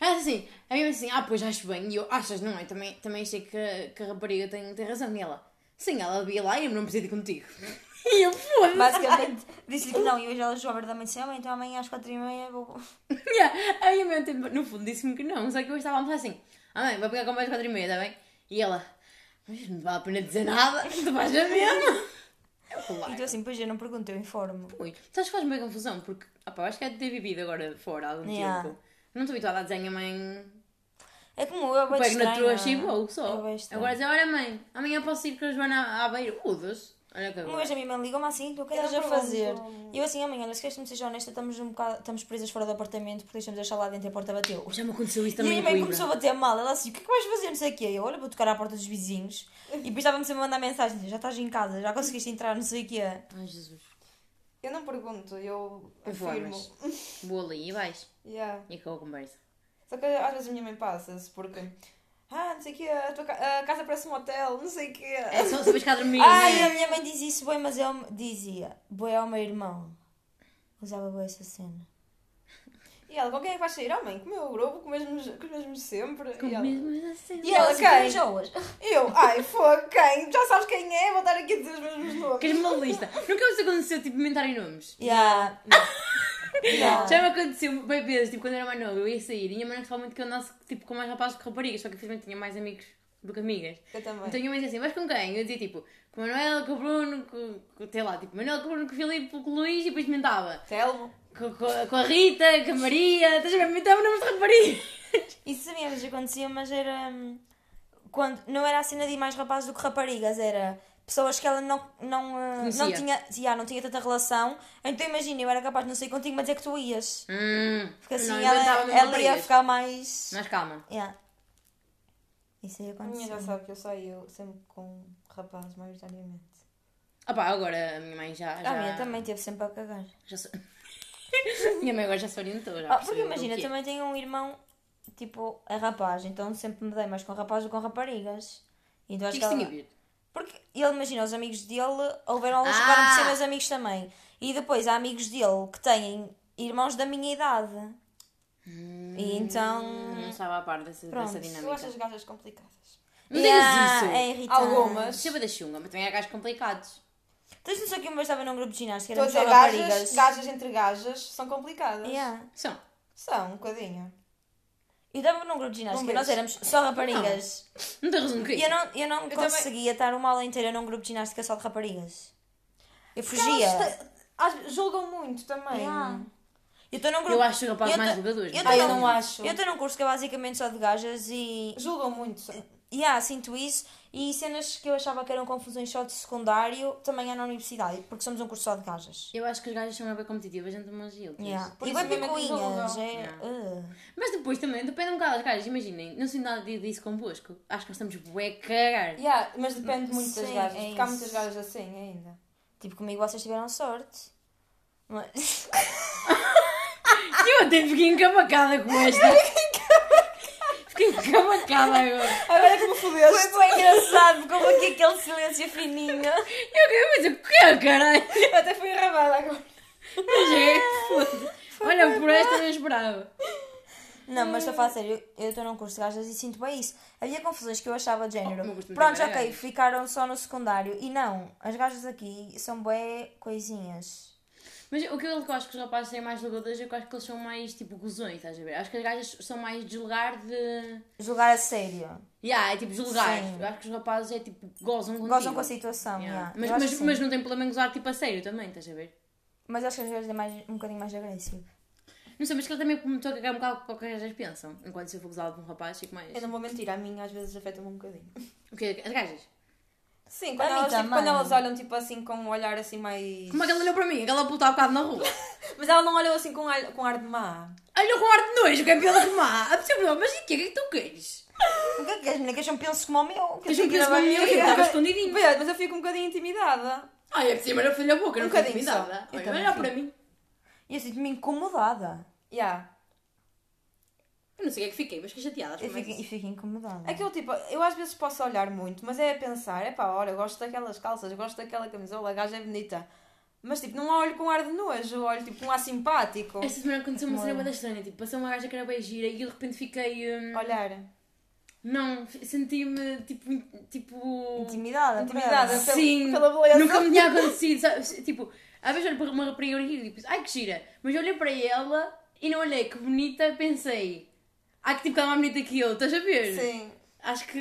Ah, assim, a minha mãe disse assim, ah, pois acho bem. E eu, achas, não é? Também, também achei que, que a rapariga tem, tem razão. E ela, sim, ela devia ir lá e eu não preciso ir contigo. E eu, foda-se. Basicamente, disse-lhe que não. E hoje ela jogou a verdade da mãe então amanhã às quatro e meia vou... Yeah. A minha mãe, tipo, no fundo, disse-me que não. Só que eu estava a falar assim, ah, mãe, vou pegar com mais quatro e meia, está bem? E ela, mas não vale a pena dizer nada, tu vais a mesmo. Eu, E claro. tu assim, pois eu não pergunto, eu informo. Ui, sabes que faz-me bem confusão, porque opa, eu acho que é de ter vivido agora fora há algum Yeah. tempo. Não estou habituada a dizer à minha mãe, É como eu, é bem pego na estranho. trouxa e vou só. É bem estranho. Agora dizer, olha mãe, amanhã posso ir com a Joana à beira. Udas, olha que Uma agora. vez a minha mãe ligou-me assim, tu o que Ela estás a perguntou- fazer? E eu assim, amanhã, olha, se queres que me seja honesta, estamos, um bocado, estamos presas fora do apartamento porque deixamos a chave lá dentro e a porta bateu. Já me aconteceu isso E a também minha em mãe Coimbra. começou a bater mal, ela assim, o que é que vais fazer, não sei o quê. Eu, olha, vou tocar à porta dos vizinhos. E depois estava-me sempre a mandar mensagem, dizer, já estás em casa, já conseguiste entrar, não sei o quê. Ai Jesus, Eu não pergunto, eu afirmo. informas. Vou ali e vais. Yeah. E acabou a conversa. Só que às vezes a minha mãe passa-se porque. Ah, não sei o quê, a tua ca- a casa parece um hotel, não sei o quê. É só se vais cá dormir. Ai, é né? a minha mãe diz isso bem, mas eu dizia, boi ao meu irmão. Usava boi essa cena. E ela, com quem é que vais sair? Oh mãe, com o meu grupo, com os mesmos, com os mesmos sempre. e ela, Mesmo assim. E ela, quem? enjoas. Eu, ai, fogo, quem? Já sabes quem é? Vou estar aqui a dizer os mesmos nomes. Queres uma lista? Nunca vos aconteceu tipo inventarem nomes. Yeah. Yeah. Já me aconteceu bem vezes, tipo quando era mais nova, eu ia sair e a minha mãe gostava muito que eu andasse tipo, com mais rapazes que raparigas, só que infelizmente tinha mais amigos do que amigas. Eu também. Então a minha mãe dizia assim, vais com quem? Eu dizia tipo, com o Manuel, com o Bruno, com, com sei lá, tipo, Manuel, com o Bruno, com o Filipe, com o Luís e depois mentava. Telmo. Com, com- com a Rita, com a Maria, estás a ver? Mentava nomes de raparigas. Isso sabia, mas acontecia, mas era. hum, Quando, não era a cena de ir mais rapazes do que raparigas, era pessoas que ela não, não, ah, não, Conhecia. tinha, yeah, não tinha tanta relação. Então imagina, eu era capaz de não sair contigo, mas é que tu ias. Hum, Porque assim não, inventava ela, mesmo ela ia raparigas. é? ficar mais. Mas calma. Yeah. Isso aí A minha já aconteceu. sabe que eu saí eu sempre com rapazes, maioritariamente. Opá, Ah, agora a minha mãe já. já A minha também teve sempre a cagar. já se- minha mãe agora já se orientou. Já Ah, porque percebeu o imagina, que é. também tenho um irmão, tipo, é rapaz, então sempre me dei mais com rapazes do que com raparigas. Então O acho que que é que isso ela- tinha a ver? Porque ele, imagina, os amigos dele, houveram alguns que Ah! acabaram de ser meus amigos também. E depois há amigos dele que têm irmãos da minha idade. Hum. E então. Não estava a par dessa, Pronto. dessa Eu acho as dinâmica. gajas complicadas. Não Yeah, digas isso! É Então, irritante. Algumas. Chama da chunga, mas também há gajos complicados. Tu não sei que uma vez estava num grupo de ginástica, Estou a dizer, éramos só gajas, raparigas. gajas entre gajas são complicadas. Yeah. São. São, um bocadinho. Eu estava num grupo de ginástica Bombeiros. e nós éramos só raparigas. Não tem razão do que é E eu não, eu não também- conseguia estar uma aula inteira num grupo de ginástica só de raparigas. Eu fugia. Elas te- às- julgam muito também. Yeah. Eu estou num grupo. Eu acho os rapazes Eu mais tô- jogadores. eu mas Ah, tô eu são- não acho. Eu estou num curso que é basicamente só de gajas e. Julgam muito. só. E há, sinto isso. E cenas que eu achava que eram confusões só de secundário também é na universidade, porque somos um curso só de gajas. Eu acho que as gajas são uma bem competitivas entre umas e outras. Yeah. Por E isso bem mesmo é que nos picuinhas. alugam. É, Yeah. uh. Mas depois também depende um bocado das gajas. Imaginem, não sei nada de- disso convosco. Acho que nós estamos bué cagar. Yeah, mas depende muito das Sim, gajas, é porque há isso. muitas gajas assim ainda. Tipo, comigo vocês tiveram sorte. Mas... Eu até fiquei encabacada com esta. Fiquei encabacada agora. Agora é que me Foi fodeste. bem engraçado, porque houve aqui aquele silêncio fininho. Eu queria dizer, o que é, caralho? Até fui arrabada agora. Mas é que foda. Olha, por esta não esperava. Não, mas estou a falar Eh, sério, eu estou num curso de gajas e sinto bem isso. Havia confusões que eu achava de género. Oh, não costumo Pronto, trabalhar ok, gajas. ficaram só no secundário. E não, as gajas aqui são bué coisinhas. Mas o que eu acho que os rapazes têm mais jogadores é que eu acho que eles são mais tipo gozões, estás a ver? Acho que as gajas são mais de julgar de. Julgar a sério. Yeah, é tipo julgar. Sim. Eu acho que os rapazes é tipo gozam contigo. Gozam com a situação. Yeah. yeah. Mas, Eu acho mas, que sim. mas não tem problema em gozar tipo a sério também, estás a ver? Mas acho que às vezes é mais, um bocadinho mais agressivo. Não sei, mas que ele também me toca cagar um bocado para o que as gajas pensam. Enquanto se eu for gozado por um rapaz, fico mais. Eu não vou mentir, a mim às vezes afeta-me um bocadinho. O quê? As gajas? Sim, quando mim elas, tipo, também. quando elas olham tipo assim com um olhar assim mais. Como é que ela olhou para mim? Aquela puta há bocado na rua. Mas ela não olhou assim com ar, com ar de má. Olhou com ar de nojo, é campeão de má. A pessoa falou, Ah, mas e quê? O que é que tu queres? O que é que as meninas queixam penso como o meu? Que Tens um eu tenho peso que ir comigo a e barriga. estava escondidinho. Pois, Mas eu fico um bocadinho intimidada. Ai, a pessoa era filha boca, não Um foi bocadinho só. intimidada. Eu Olha, também olha fui. para mim. E eu sinto-me incomodada. Yeah. Eu não sei o que é que fiquei, mas É fiquei chateada. acho Eu que fico, e fico incomodada. Aquilo tipo, eu às vezes posso olhar muito, mas é a pensar, epá, olha, eu gosto daquelas calças, eu gosto daquela camisola, a gaja é bonita. Mas tipo, não olho com ar de nojo, olho tipo com um ar simpático. Esta semana aconteceu uma cena bem estranha, tipo, passou uma gaja que era bem gira e eu de repente fiquei. hum, Olhar. Não, f- senti-me tipo. in- tipo... Intimidada. Intimidada. parece. pela- Sim, pela beleza. nunca me tinha acontecido. sabe? Tipo, às vezes olho para uma rapariga e digo, tipo, ai que gira, mas eu olhei para ela e não olhei que bonita, pensei, ai que tipo que ela é mais bonita que eu, estás a ver? Sim. Acho que.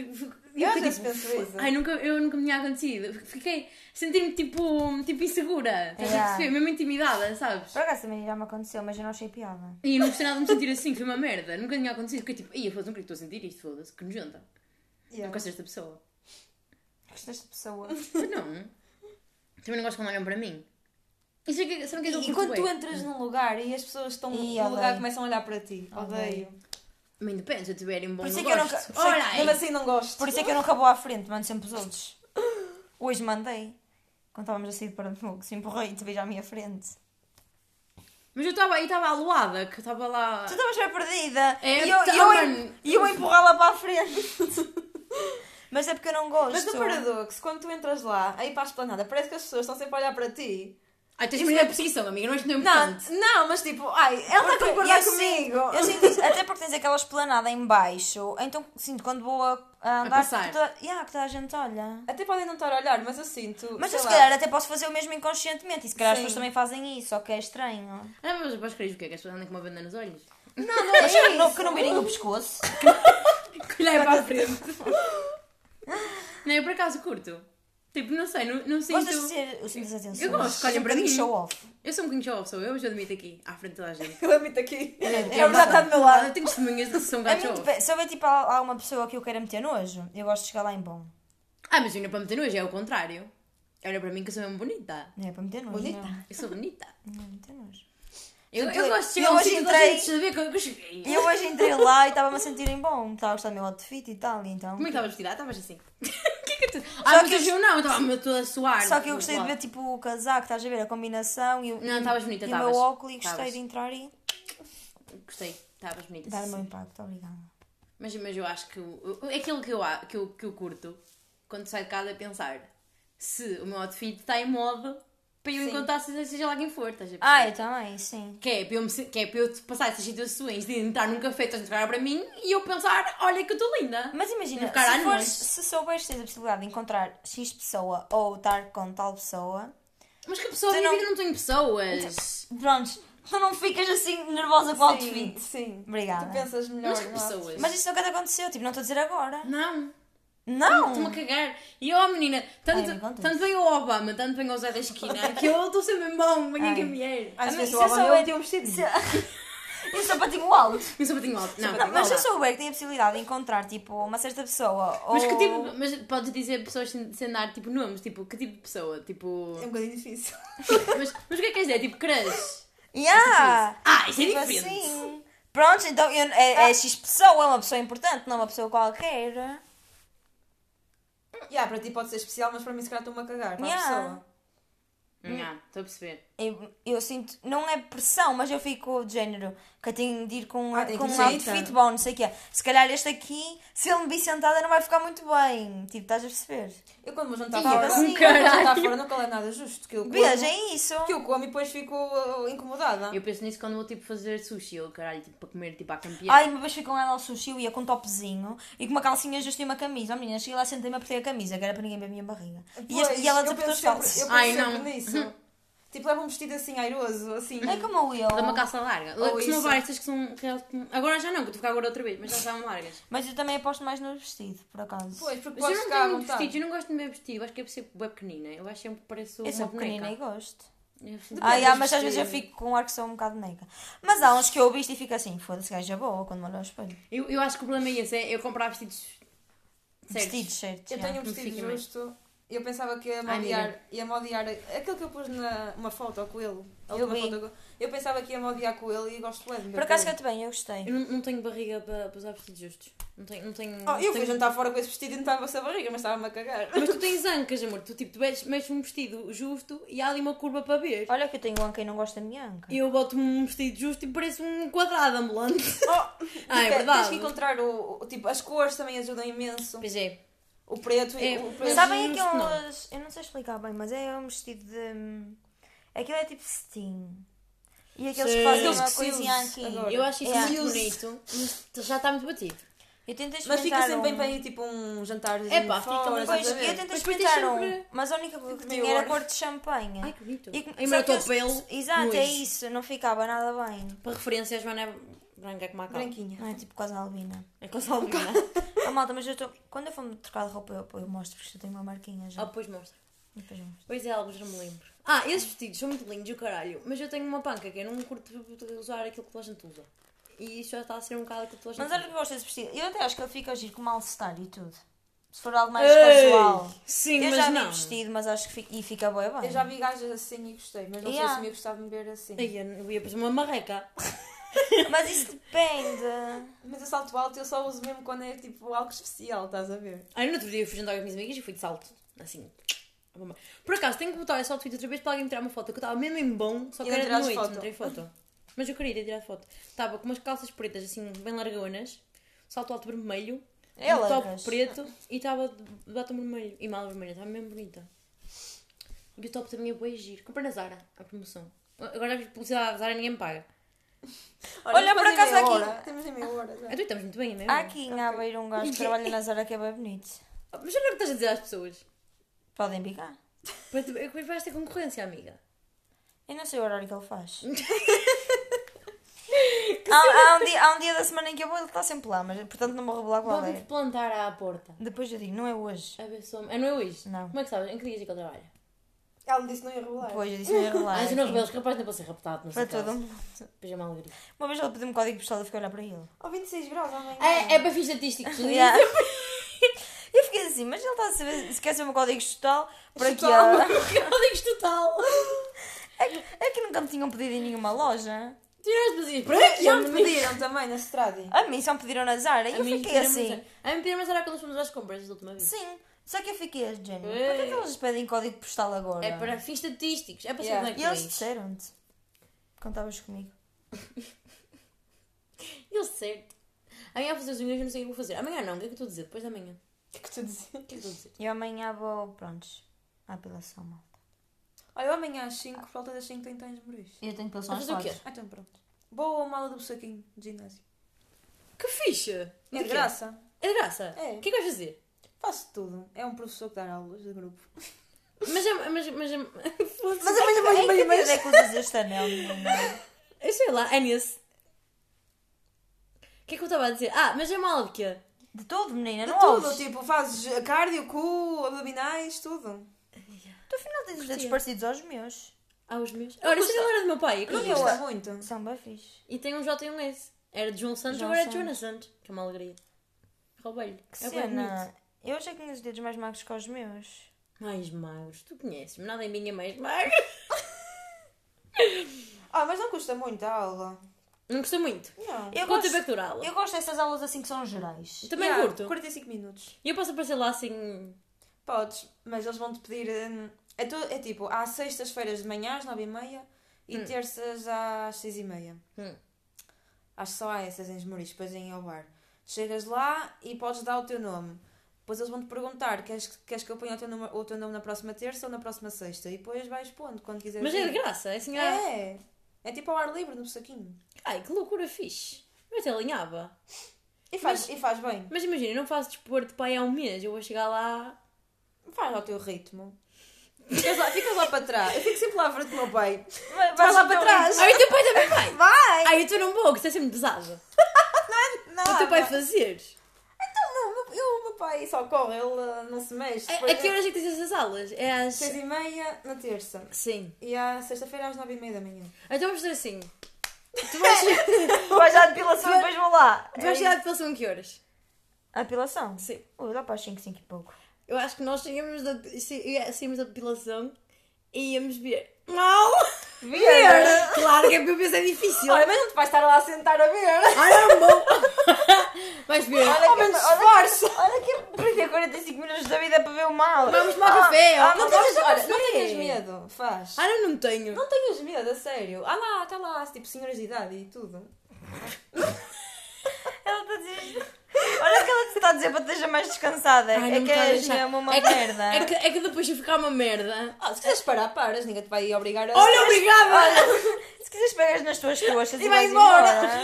Eu, Eu às fiquei, tipo, vezes penso assim. isso. Ai, nunca, eu nunca me tinha acontecido. Fiquei. senti-me tipo, tipo insegura. Estás a Yeah. perceber? Mesmo intimidada, sabes? Por acaso também já me aconteceu, mas eu não achei piada. E eu não gostei nada de me sentir assim, foi uma merda. Nunca tinha acontecido. Fiquei tipo, ia, foda-se, não queria que estou a sentir isto, foda-se, que nojenta. Não Yeah. gosto desta pessoa. Gostaste de pessoa. Mas não. Também não gosto quando olham para mim. E sei que, sabe o que é que eu E curto quando tu bué? entras num lugar e as pessoas estão Ih, no lugar odeio. começam a olhar para ti. Odeio. Odeio. A mim depende, se eu tiver um bom Por isso é gosto. que eu nunca- por isso é que- Ora aí. Mesmo assim não gosto. Por isso é que eu nunca vou à frente, mando sempre os outros. Hoje mandei. Quando estávamos a sair de Pernambuco, se empurrei e te vejo à minha frente. Mas eu estava aí, estava aluada, que eu estava lá. Tu estavas bem perdida. É, e eu, tá, e eu, mano. e eu a empurrá-la para a frente. Mas é porque eu não gosto. Mas o paradoxo, quando tu entras lá, aí para a esplanada, parece que as pessoas estão sempre a olhar para ti. Ai, tens é medo da perseguição, amiga, não és tão Não, importante. não, mas tipo, ai, ela está a E concordar eu sinto- comigo. eu sinto isso, até porque tens aquela esplanada em baixo, então sinto quando vou a, a andar passar. Que, toda, yeah, que toda a gente olha. Até podem não estar a olhar, mas eu sinto. Mas sei eu se lá. calhar até posso fazer o mesmo inconscientemente e se calhar as Sim. pessoas também fazem isso, só que é estranho. Ah, mas depois queres o quê? Que as pessoas andam com uma banda nos olhos? Não, não é isso. Que não, que não virem o pescoço. Colher para a frente. não, eu por acaso curto. Tipo, não sei, não, não sinto. Gostas de ser os centros de atenção? Eu gosto, olhem Um para bocadinho mim. show off. Eu sou um bocadinho show-off, sou eu, mas eu admito aqui, à frente de toda a gente. Eu admito aqui. É verdade, está do meu lado. Eu tenho testemunhas de que sou um A gajo mim, show-off. depende- se houver tipo há há uma pessoa que eu queira meter nojo, eu gosto de chegar lá em bom. Ah, mas eu não é para meter nojo, é o contrário. Olha para mim que eu sou mesmo bonita. Não é para meter nojo. Bonita. Não, Eu sou bonita. não é meter nojo. Eu, Gente, eu eu- gosto de eu chegar a um hoje sítio entrei- entrei... de saber que eu que eu cheguei. E eu hoje entrei lá e estava-me a sentir em bom. Estava a gostar do meu outfit e tal, e então. Como é que estavas vestida? Ah, Estavas assim. O que é que tu... Ah, que mas hoje eu- eu não, eu estava toda a suar. Só que eu do gostei de ver lado. tipo o casaco, estás a ver? A combinação e o, Não, estavas bonita, e o estavas. meu óculos e gostei Estavas. de entrar e Gostei, estavas bonita. dar o meu sim. impacto, obrigada. Mas, mas eu acho que o- o- aquilo que eu, a- que, eu, que eu curto quando saio de casa é pensar se o meu outfit está em modo para eu encontrar seja, seja lá quem for, estás a perceber? Ah, eu também, sim. que, é para eu me se- que é para eu te passar essas situações de entrar num café, estás a olhar para mim e eu pensar, olha que eu estou linda. Mas imagina, Ficar à se, fores, noite. se souberes que tens a possibilidade de encontrar X pessoa ou estar com tal pessoa, Mas que pessoa, Tu na minha não- vida não tenho pessoas. prontos, tu não ficas assim nervosa com o Sim, outfit. sim. Obrigada. Tu pensas melhor. Mas que não é? pessoas? Mas isso nunca te aconteceu, tipo, não estou a dizer agora. Não. Não! Estou-me a cagar. E eu, oh, menina, tanto, Ah. Ai, me conta tanto vem o Obama, tanto vem o Zé da Esquina, que eu estou sempre bom, venha quem vier. Às Ah, vezes isso o é Obama só eu eu- tinha um vestido. Se... Eu sou patinho é tipo, alto. Eu sou batinho um alto. Não, Não, mas se eu eu souber que tenho a possibilidade de encontrar, tipo, uma certa pessoa ou... Mas que Oh. tipo, mas podes dizer pessoas sem, sem dar tipo nomes, tipo, que tipo de pessoa? Tipo. É um bocadinho difícil. Mas, mas o que é que queres dizer? Tipo crush? Yeah! Ah, isso é Tipo diferente. assim. Pronto, então eu- é, é X pessoa, é uma pessoa importante, não uma pessoa qualquer. Yeah, para ti pode ser especial, mas para mim se calhar estou-me a cagar. Para Yeah. a pessoa. Não, Hum. estou a perceber. Eu, eu sinto, não é pressão, mas eu fico de género que eu tenho de ir com, Ah, tem com que um ser, outfit então. bom, não sei o que é. Se calhar este aqui, se ele me vir sentada, não vai ficar muito bem. Tipo, estás a perceber? Eu quando vou jantar Ih, fora, assim, quando vou jantar caralho. fora nunca levo nada justo. Que eu como, Beijo, é isso. que eu como e depois fico uh, incomodada. Eu penso nisso quando vou tipo fazer sushi ou caralho, tipo para comer tipo à campeã. Ai, uma vez fui com ela ao sushi, eu ia com um topzinho e com uma calcinha justa e uma camisa. A menina, cheguei lá, sentei-me a perder a camisa, que era para ninguém ver a minha barriga. E, este- Pois, e ela eu desapertou penso as sempre, eu calças. penso Ai, sempre não. nisso. Tipo, leva um vestido assim airoso, assim. É como o Will. Dá uma calça larga. Ou que são isso. baixas que são. real- Agora já não, que eu estou a ficar agora outra vez, mas já estavam largas. Mas eu também aposto mais no vestido, por acaso. Pois, porque Mas eu podes não ficar à tenho muito vontade. vestido, eu não gosto de meu vestido, acho que é por ser bem pequenina. Eu acho sempre que pareço eu uma sou pequenina e boneca. gosto. Eu sinto- é Ah, Depende yeah, do mas às vezes eu vestido. fico com um ar que sou um bocado neca. Mas há uns que eu visto e fico assim, foda-se, gaja boa, quando me olho ao espelho. Eu, eu acho que o problema é esse, é eu comprar vestidos. certos. Vestidos, certos. Eu tenho yeah. um que me vestido fica bem. justo. Eu pensava que ia Ai, modiar, amiga. ia modiar aquilo que eu pus na uma foto com ele. a Eu última vi. foto com- eu pensava que ia modiar com ele e gosto de ele. Por acaso que eu te bem, eu gostei. Eu não, não tenho barriga para, para usar vestidos justos. Não tenho. Não tenho Oh, eu tenho... fui um jantar fora com esse vestido e não estava essa barriga, mas estava-me a cagar. Mas tu tens ancas, amor. Tu tipo, tu mexes, mexes um vestido justo e há ali uma curva para ver. Olha que eu tenho anca e não gosto da minha anca. Eu boto-me um vestido justo e parece um quadrado ambulante. Oh, Ah, é tipo, Tens que verdade. encontrar o, o- tipo, as cores também ajudam imenso. Pois é. O preto e É, o mas preto. Sabem justo não. aqueles... Eu não sei explicar bem, mas é um vestido de... Aquilo é tipo steam. E aqueles Sim. que fazem Aqueles uma que se coisinha usa aqui. agora. Eu acho isso É. muito bonito, mas já está muito batido. Eu tento experimentar Mas fica sempre bem um- para ir tipo um jantar Epá, fica muito Pois, Estás a ver? eu tento Mas depois experimentar tens um, sempre- Tipo, mas a única coisa que meio tinha era ouro. cor de champanhe. Ai, que bonito. É. E- E só meu que eu- pelo. Exato, é nojo. isso, não ficava nada bem. Para referência, a Joana é branca como a cara. Branquinha. Não é tipo quase albina. É com salmina. Ah, malta, mas eu estou. Quando eu for-me trocar de roupa, eu, eu mostro, porque eu tenho uma marquinha já. Ah, pois mostra. Depois eu mostro. Pois é, alguns não me lembro. Ah, esses vestidos são muito lindos, o caralho. Mas eu tenho uma panca que eu não curto usar aquilo que toda a gente usa. E isso já está a ser um bocado aquilo que toda a gente Mas olha usa. que gosto desse vestido. Eu até acho que ele fica giro com mal-estar e tudo. Se for algo mais é casual. Sim, eu mas já vi não. vestido, mas acho que fica, e fica bué bem. Eu já vi gajas assim e gostei, mas não Yeah. sei se me ia gostar de me ver assim. Ai, eu eu ia pôr uma marreca. Mas isso depende. Mas o salto alto eu só uso mesmo quando é tipo algo especial, estás a ver? Ai, no outro dia eu fui jantar com as minhas amigas e fui de salto. Assim. a bomba. Por acaso, tenho que botar esse outfit outra vez para alguém tirar uma foto. Que eu estava mesmo em bom, só que E não era de tiraste noite, foto. não tirei foto. Mas eu queria ir tirar foto. Estava com umas calças pretas, assim, bem largonas. Salto alto vermelho. É um largas. top preto e estava de batom vermelho. E mala vermelha, estava mesmo bonita. E o top também é boi giro. Comprei na Zara, a promoção. Agora a publicidade da Zara ninguém me paga. Olha, por temos acaso meia aqui- hora. Temos em meia hora. já. Ah, tu estamos muito bem, não é? Há mesmo? aqui em Aveiro um gajo que trabalha na Zara que é bem bonito. Mas olha o que estás a dizer às pessoas. Podem bicar. Para tu- é que vais ter concorrência, amiga. Eu não sei o horário que ele faz. há, há um dia, há um dia da semana em que eu vou, ele está sempre lá, mas portanto não vou revelar qual Vamos é. plantar à porta. Depois eu digo, não é hoje. Abençoa-me. Ah, não é hoje? Não. Como é que sabes? Em que dias é que ele trabalha? Ela me disse que não ia rolar. Depois eu disse, não é revelar. Ah, se não enfim. rebeles, capaz de não ser raptado, não sei Para caso. todo mundo. Depois é uma alegria. Uma vez ele pediu-me um código postal e eu fiquei a olhar para ele. Oh, 26 graus amanhã. É, é para fins estatísticos. Yeah. eu fiquei assim, mas ele está a saber se quer saber o meu código postal, para que Postal. hora? Códigos total. É que, é que nunca me tinham pedido em nenhuma loja. Tiraste vazias. Para Para que já me pediram também na Stradi. A mim só me pediram na Zara e eu fiquei assim. A mim pediram-me será quando fomos às compras da última vez. Sim. Só que eu fiquei, Jenny, por que é que eles pedem código postal agora? É para fins estatísticos. É para Yeah. saber E como é eles que é. disseram-te. Contavas comigo. Eles certo. Amanhã vou fazer os unhas, eu não sei o que vou fazer. Amanhã não, o que é que eu estou a dizer? Depois da manhã. O que é que tu dizes? O que é que eu estou a dizer? E amanhã vou, prontos, à apelação, malta. Olha, eu amanhã às 5, falta das 5 tenho tens moris. Eu tenho apelação Mas o às quê? quatro. Ah, então pronto. Boa mala do saquinho de ginásio. Que ficha! É de graça. É de graça? É. O que é que vais fazer? Faço tudo. É um professor que dá aulas de grupo. Mas é. Mas, mas, mas, Mas amanhã, amanhã, Mas, amanhã, mas amanhã. é que usas este anel, menina? Eu sei lá, é nesse. O que é que eu estava a dizer? Ah, mas é mal de quê? De todo, menina, De não tudo, ouves? tipo, fazes cardio, cu, abdominais, tudo. Tu afinal tens os dedos parecidos aos meus. Ah, os meus? Olha, isso não era do meu pai. Não Eu me é. gosto. custa muito. São bem fixe. E tem um J e um S. Era de João Santos, João agora é de Santos. Joana Santos. Que é uma alegria. Roubei-lhe. Que É bem bonito. cena. Eu achei que tinha os dedos mais magros que os meus. Mais magros. Tu conheces-me. Nada em mim é mais magro. Ah, mas não custa muito a aula. Não gostou muito. Não. Eu Quanto gosto, tempo é que dura a aula? eu gosto dessas aulas assim que são gerais. Também Yeah, curto. 45 minutos. E eu posso aparecer lá assim... Podes, mas eles vão-te pedir. hum, É, tu- é tipo, há sextas-feiras de manhã às 9h30 e terças às 6h30. Hum. Acho que só há essas em Esmoriz, depois em ao bar. Chegas lá e podes dar o teu nome. Depois eles vão-te perguntar: queres, queres que eu ponha o teu, nome, o teu nome na próxima terça ou na próxima sexta? E depois vais pondo quando quiseres. Mas é de ir. graça. É assim... ah, É! É tipo ao ar livre, no saquinho. Ai, que loucura fixe. Eu até alinhava. E faz, e faz bem. Mas imagina, eu não faço desporto pai há um mês. Eu vou chegar lá... Faz ao teu ritmo. Ficas lá, ficas lá para trás. Eu fico sempre lá à frente do meu pai. Vai, Vai lá para trás. Aí o teu pai também vai. Vai! Aí eu estou num pouco, está é sempre pesado. Não, o Então, teu pai fazeres. não, meu- eu- o meu pai só corre, ele ah, não se mexe. A, Depois a que é horas é que tens essas aulas? É às. Seis e meia na terça. Sim. E à sexta-feira às nove e meia da manhã. Então vamos fazer assim. Tu vais, Vais à depilação e depois vou lá. tu vais chegar à depilação a que horas? A depilação? Sim. Ui, dá para as 5, 5 e pouco. Eu acho que nós saímos da, sa- saímos da depilação e íamos ver. Mal! Ver! Claro que é para é difícil. Olha, mas não te vais estar lá a sentar a ver. Olha, bom! Vais ver. Olha que, olha, que, olha que perder 45 minutos da vida é para ver o mal. Ah, Vamos tomar café, ó. Não mas tenhas, vamos- olha, não tenhas medo, faz. Ah, eu não tenho. Não tenhas medo, a sério. Ah lá, está lá, tipo, senhoras de idade e tudo. Ela está a dizer isto. Olha o que ela te está a dizer para que esteja mais descansada. Ai, não é me que está a és deixar. mesmo uma É que- merda. É que, é que depois eu ficar uma merda. Ah, se quiseres parar, paras, ninguém te vai obrigar a. Olha, obrigada! Se quiseres pegas nas tuas coxas e, E vai vais embora.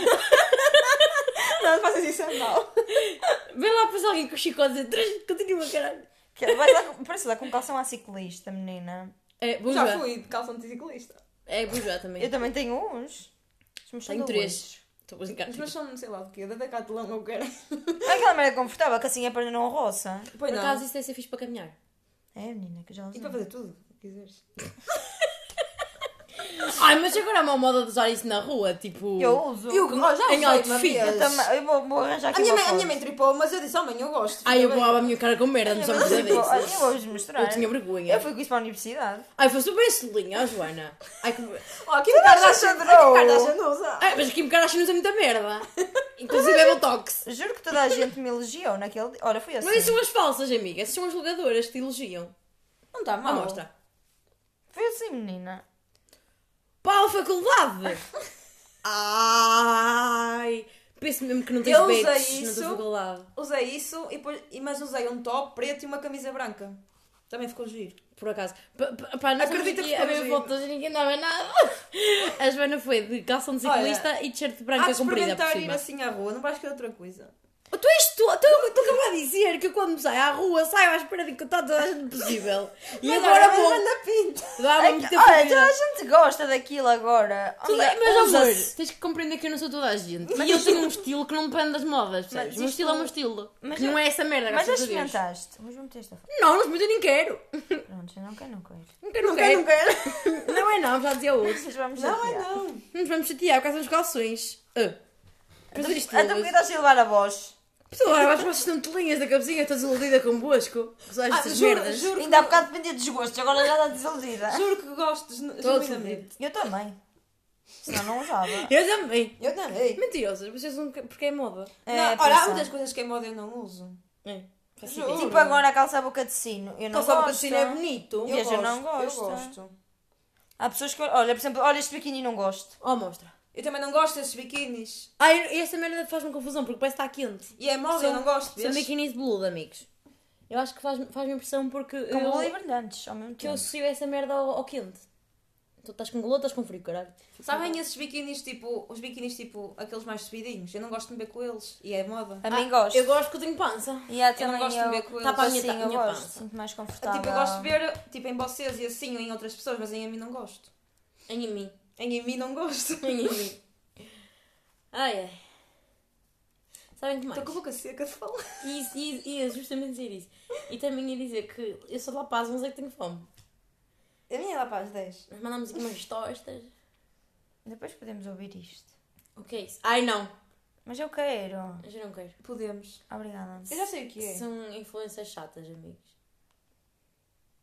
embora. não faças isso é mal. Vê lá para alguém com o chicote dizer, "Três, continua, caralho. Que ela vai lá, com- parece lá com calção à ciclista, menina. É, boa Já já. fui de calção de ciclista. É, boa já Eu também. também tenho uns. Os meus são Tenho de três. Estou a brincar. Os meus são, não sei lá do quê, da Decathlon ou o que era. Olha aquela merda confortável que assim a perna não roça. Pois Por não. acaso isso deve ser fixe para caminhar. É, menina, que já E usei. para fazer tudo, o que quiseres. Ai, mas agora é uma moda de usar isso na rua, tipo. Eu uso. Eu go- oh, já Em usei uma outfit. vez. Eu também- eu vou, vou arranjar A aqui minha, uma mãe, a minha foto. mãe tripou, mas eu disse, oh mãe, Tipo, eu gosto. Ai, eu Fica bem. boava a minha cara com merda, não somos nada Vou- Tipo, olha, disso. eu vou-vos mostrar. Eu tinha vergonha. Eu fui com isso para a universidade. Ai, foi super excelente, ó Joana. Ai, que... Oh, Kim Tu não Kardashian, achas a Kim drôle? Kardashian não usa. Ai, mas Kim Kardashian usa muita merda. Inclusive é Botox. Juro que toda a gente me elogiou naquele dia. Ora, fui assim. Mas isso são as falsas, amiga. Essas são as jogadoras que te elogiam. Não está Ah, mal. mostra. Fui assim, menina. Pau a faculdade! Ai! Penso mesmo que não tens Eu usei beijos na isso. tua faculdade. Usei isso, e depois, e- mas usei um top preto e uma camisa branca. Também ficou giro. Por acaso. Pa- pa- Pá, nós Acredita Acredito aqui que a ficou ver giro. fotos e ninguém dava nada. A Joana foi de calção de ciclista e t-shirt Há branca de comprida por experimentar ir cima. assim à rua, não vais querer outra coisa. Tu és tu, tu, tu acabas de dizer que quando saio à rua saio à espera de encontrar toda a gente possível. E agora vou. na pinta. Dá-me É Olha, muita toda comida. a gente gosta daquilo agora. Tu- Olha, então, Mas amor, usa-se. tens que compreender que eu não sou toda a gente. e eu tenho um estilo que não depende das modas, percebes? Mas O meu estilo é isto- o meu estilo. mas- não é essa merda, Mas já graças a Deus. experimentaste. Mas vou meter esta foto. Não, não, mas eu nem quero. Pronto, eu não quero, não quero. Não quero, não quero. Não é não, já dizia outro. Vocês vão me Não, é chatear. não. Nos Hum, vamos chatear por causa dos calções. Ah. Mas isto é isto. Então porquê estás a levar a voz? Pessoal, agora vais para as tantelinhas da cabecinha, estou desiludida convosco. Pessoal, Ah, estas juro, merdas. juro, Ainda há bocado dependia dos gostos, agora já está desiludida. juro que gosto genu- Estou genuinamente. Eu também. Senão não usava. Eu também. Eu também. Mentirosas, vocês não. Porque é moda. É, não, olha, pensar. há muitas coisas que em moda eu não uso. É. Faz Juro. sentido. Tipo agora a calça à boca de sino. Eu não Calça à boca de gosto. sino é bonito. E eu não Eu gosto. gosto. Há pessoas que. Olha, por exemplo, olha este biquíni não gosto. Ó, Oh, mostra. Eu também não gosto desses biquinis. Ai, eu- essa merda faz-me confusão porque parece que está quente. E é moda, eu não São gosto desses. biquínis de bludo, amigos. Eu acho que faz- faz-me impressão porque. Com eu- bolo e brilhantes ao mesmo que eu tempo. associo essa merda ao, ao quente. Tu estás com calor, estás com frio, caralho. Sabem esses biquinis tipo, os biquinis tipo, aqueles mais subidinhos? Eu não gosto de me ver com eles. E é moda. A mim gosto. Ah, Eu gosto que eu tenho pança. E há Eu não também gosto de ver com eles. Tá para a minha- Sim, eu minha gosto. pança. Sinto mais confortável. Tipo, eu gosto de ver tipo, em vocês e assim ou em outras pessoas, mas em mim não gosto. Em mim. Em mim não gosto. Em mim. Ai, ai. Sabem que mais? Estou com a boca seca de falar. E Então, Isso, e isso, e isso, justamente dizer isso. E também ia dizer que eu sou de La Paz, mas é que tenho fome. A minha é lá para as 10. Nós mandamos aqui umas tostas. Depois podemos ouvir isto. O que é isso? Ai, não. Mas eu quero. Mas eu não quero. Podemos. Obrigada. Eu já sei o que é. São influências chatas, amigos.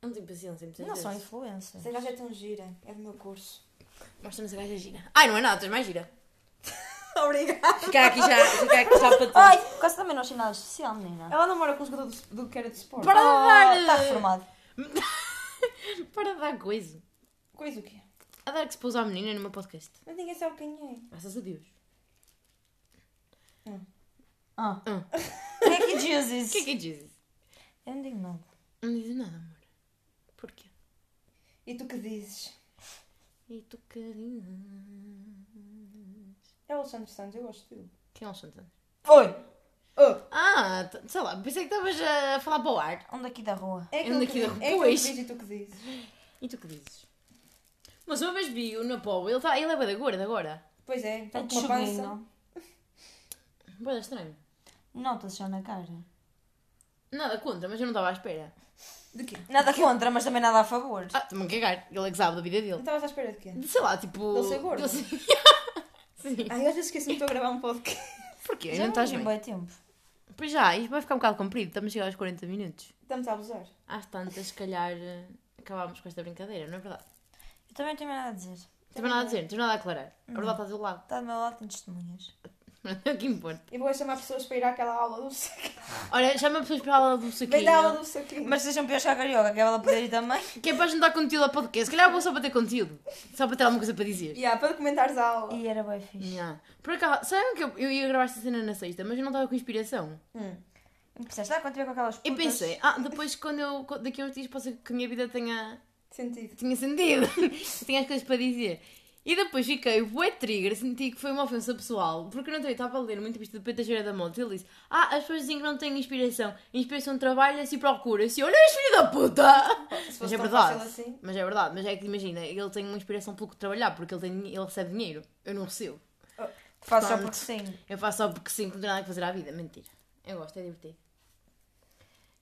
Eu Não tenho paciência, muitas Não vezes. são influências. Essa gaja é tão gira. É do meu curso. Mostra-nos a gaja gira. Ai, não é nada, tens mais gira. Obrigada. Ficar aqui já, ficar aqui já para ti. Ai, É um quase também não achei nada especial, menina. Ela namora com os jogador do, do que era de esporte. Para dar! Está reformado. Para dar coisa. Coisa o quê? A dar que se pôs à menina no meu podcast. Mas ninguém sabe quem é. Graças a Deus. Ah. Hum. Quem é que O diz que é isso? que dizes? Eu não digo nada. Não dizes nada, amor. Porquê? E tu que dizes? E tu carinha. É o Alexandre Santos, eu gosto dele. Quem é o Santana? Oi! Oh, Ah, t- sei lá, pensei que estavas a falar para o ar. Onde aqui Um da rua? É aquele que daqui da diz- rua, é é aquele pois. que diz e tu que dizes. E tu que dizes? Mas uma vez vi o Napo, ele, tá, ele é bué da gordo agora. Pois é, Tá Está está te com uma pança. subindo. Bué da estranho. Nota-se já na cara. Nada contra, mas eu não estava à espera. De quê? Nada contra, mas também nada a favor. Ah, também cagar, ele é que sabe da vida Não dele. estavas à espera de quê? De, Sei lá, tipo. Dele ser gordo. dele ser- Sim. Ai, às vezes esqueço-me que estou a gravar um podcast. Porquê? já não estás bem. bem tempo. Pois já, isto vai ficar um bocado comprido, estamos a chegar aos 40 minutos. Estamos a abusar. Às tantas, se calhar, eh, acabámos com esta brincadeira, não é verdade? Eu também não tenho mais nada a dizer. Não temos nada a dizer, não temos nada a aclarar. A verdade está do lado. Está do meu lado, tem testemunhas. Não é o que importa. E vou chamar pessoas para ir àquela aula do saquinho. Olha, chama pessoas para a aula do saquinho. Vem um- da aula do saquinho. Mas sejam piores que a carioca, que ela poder ir também. Que é para juntar conteúdo ao podcast. Se calhar vou só para ter conteúdo. Só para ter alguma coisa para dizer. Yeah, para comentares a aula. E era bem fixe. Yeah. Por acaso, sabem que eu, eu ia gravar esta cena na sexta, mas eu não estava com inspiração. E pensaste, ah, quando tiver com aquelas E putas... pensei, ah, depois quando eu, quando- daqui a uns dias, posso que a minha vida tenha, Sentido. tenha sentido. tenha as coisas para dizer. E depois fiquei bué trigger, senti que foi uma ofensa pessoal, porque eu não estava a ler uma entrevista de Petageira da Monte e ele disse, ah, as pessoas dizem que não têm inspiração. Inspiração trabalha-se e procura-se. E Olha este filho da puta! Se Mas fosse é tão verdade. fácil assim. Mas é verdade, mas é que imagina, ele tem uma inspiração pelo que trabalhar, porque ele, tem, ele recebe dinheiro. Eu não recebo. Faço só Portanto. porque sim. Eu faço só porque sim, que não tenho nada que fazer à vida. Mentira. Eu gosto, é divertido.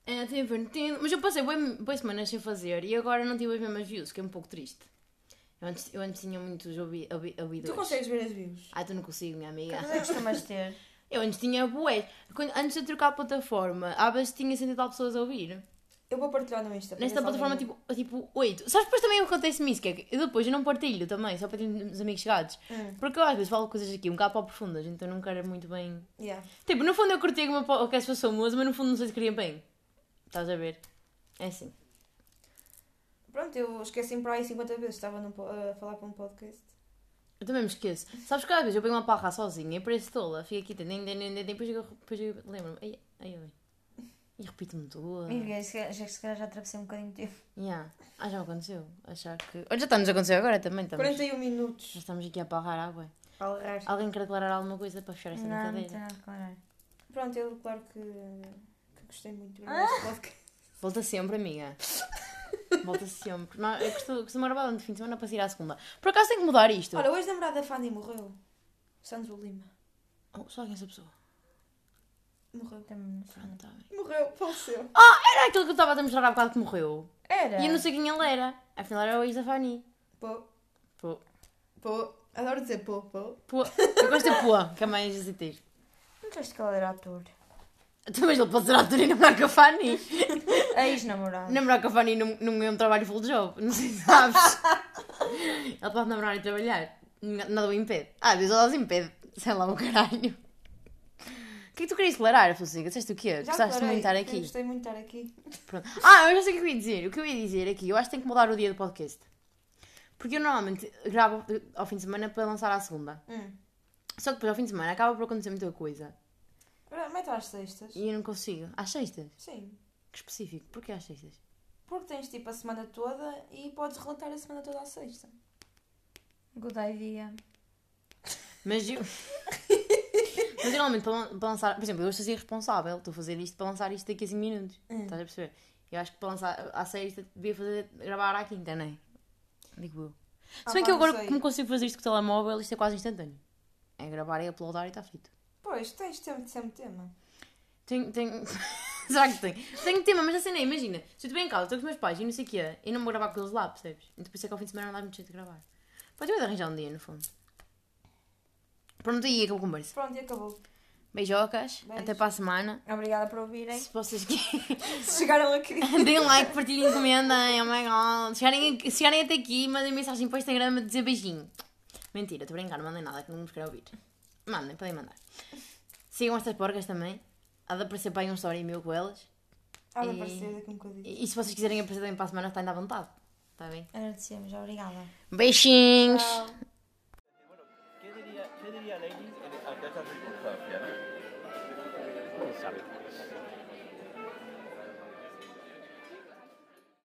É divertido. Mas eu passei boas semanas sem fazer e agora não tive as mesmas views, que é um pouco triste. Eu antes, eu antes tinha muitos ouvi- ouvi- ouvidores. Tu consegues ver as views? Ah, tu não consigo, minha amiga. Mas é que costumas ter. Eu antes tinha bué. Quando- Antes de trocar a plataforma, há vezes tinha cento e tal pessoas a ouvir. Eu vou partilhar no Insta. para Nesta ver se plataforma, alguém- tipo, tipo 8. Sabes depois também o que acontece-me isso, que é que eu depois eu não partilho também, só para ter os amigos chegados. Hum. Porque eu às vezes falo coisas aqui um bocado para profundas, então não quero muito bem. Yeah. Tipo, no fundo eu curti que o meu podcast fosse famoso, mas no fundo não sei se queria bem. Estás a ver? É assim. Pronto, eu esqueci-me para aí 50 vezes. Estava num po- a falar para um podcast. Eu também me esqueço. Sabes que às vezes eu pego uma parra sozinha e pareço tola, fico aqui, nem, nem, nem, nem, depois eu, depois eu lembro-me. Ai, ai, ai. E repito-me toda. Amiga, é se calhar- já, se calhar já atravessei um bocadinho de tempo. Yeah. Ah, já me aconteceu. Achar que. Olha, já está-nos a acontecer agora também. Estamos, 41 já minutos. estamos aqui a parrar água. A alarrar. Alguém quer declarar alguma coisa para fechar esta Não, não brincadeira? tem nada a declarar. Pronto, eu claro que, que gostei muito do Ah! nosso podcast. Volta sempre, amiga. Volta sempre. Não, eu costumo, costumo gravar durante o fim de semana para sair à segunda. Por acaso tenho que mudar isto. Olha, hoje a namorada da Fanny morreu. Sandro Lima. Oh, só quem é essa pessoa. Morreu. Também não sei. Pronto, tá bem. Morreu, faleceu. Era aquele É que eu estava a te mostrar há bocado que morreu. Era. E eu não sei quem ele era. Afinal era o ex da Fanny. Pô, Pô. pô. Adoro dizer pô, pô. Pô. Eu gosto de pô, que é mais hesitante. Não disseste que ela era ator. Então, mas ele pode ser ator e namorar com a Fanny. Ex-namorado. Namorar com a Fanny não, não é um trabalho full job. Não sei se sabes. ele pode namorar e trabalhar. N- Nada o impede. Ah, às vezes ela os impede. Sei lá, o caralho. O que é que tu querias declarar, Afonso? Disseste o quê? Gostaste muito de estar declarei. Eu aqui? Gostei muito de estar aqui. Pronto. Ah, eu já sei o que eu ia dizer. O que eu ia dizer aqui, eu acho que tenho que mudar o dia do podcast. Porque eu normalmente gravo ao fim de semana para lançar à segunda. Hum. Só que depois ao fim de semana acaba por acontecer muita coisa. Ora, Mete às sextas. E eu não consigo. Às sextas? Sim. Que específico. Porquê às sextas? Porque tens tipo a semana toda e podes relatar a semana toda à sexta. Good idea. Mas eu. Mas eu normalmente para lan- para lançar. Por exemplo, eu estou a ser irresponsável. Estou a fazer isto para lançar isto daqui a 5 minutos. É. Estás a perceber? Eu acho que para lançar à sexta devia fazer, gravar à quinta, não é? Digo eu. Ah, Se bem pá, que eu não agora, sei. como consigo fazer isto com o telemóvel, isto é quase instantâneo. É gravar e uploadar e está feito. Pois, tens sempre, sempre tema. Tenho, tenho... Será que tenho? Tenho tema, mas assim, nem imagina. Se eu estiver em casa, estou com os meus pais e não sei o quê, e não vou gravar com eles lá, percebes? Então por isso é que ao fim de semana não dá muito jeito de gravar. Pode eu arranjar um dia, no fundo. Pronto, aí acabou a conversa. Pronto, e acabou. Beijocas, Beijo. até para a semana. Obrigada por ouvirem. Se vocês quiserem, Se chegaram aqui. deem like, partilhem, comentem, oh my god. Se chegarem, se chegarem até aqui, mandem mensagem para o Instagram a dizer beijinho. Mentira, estou a brincar, não mandem nada, que não nos quer ouvir. Mandem, podem mandar. Sigam estas porcas também. Há de aparecer para aí um story meu com elas. Há de E- aparecer daqui um bocadinho. E se vocês quiserem aparecer também para a semana, está ainda à vontade. Está bem? Agradecemos, obrigada. Beijinhos! ¿Qué ah, diría, qué diría Lady ante esta circunstancia? no?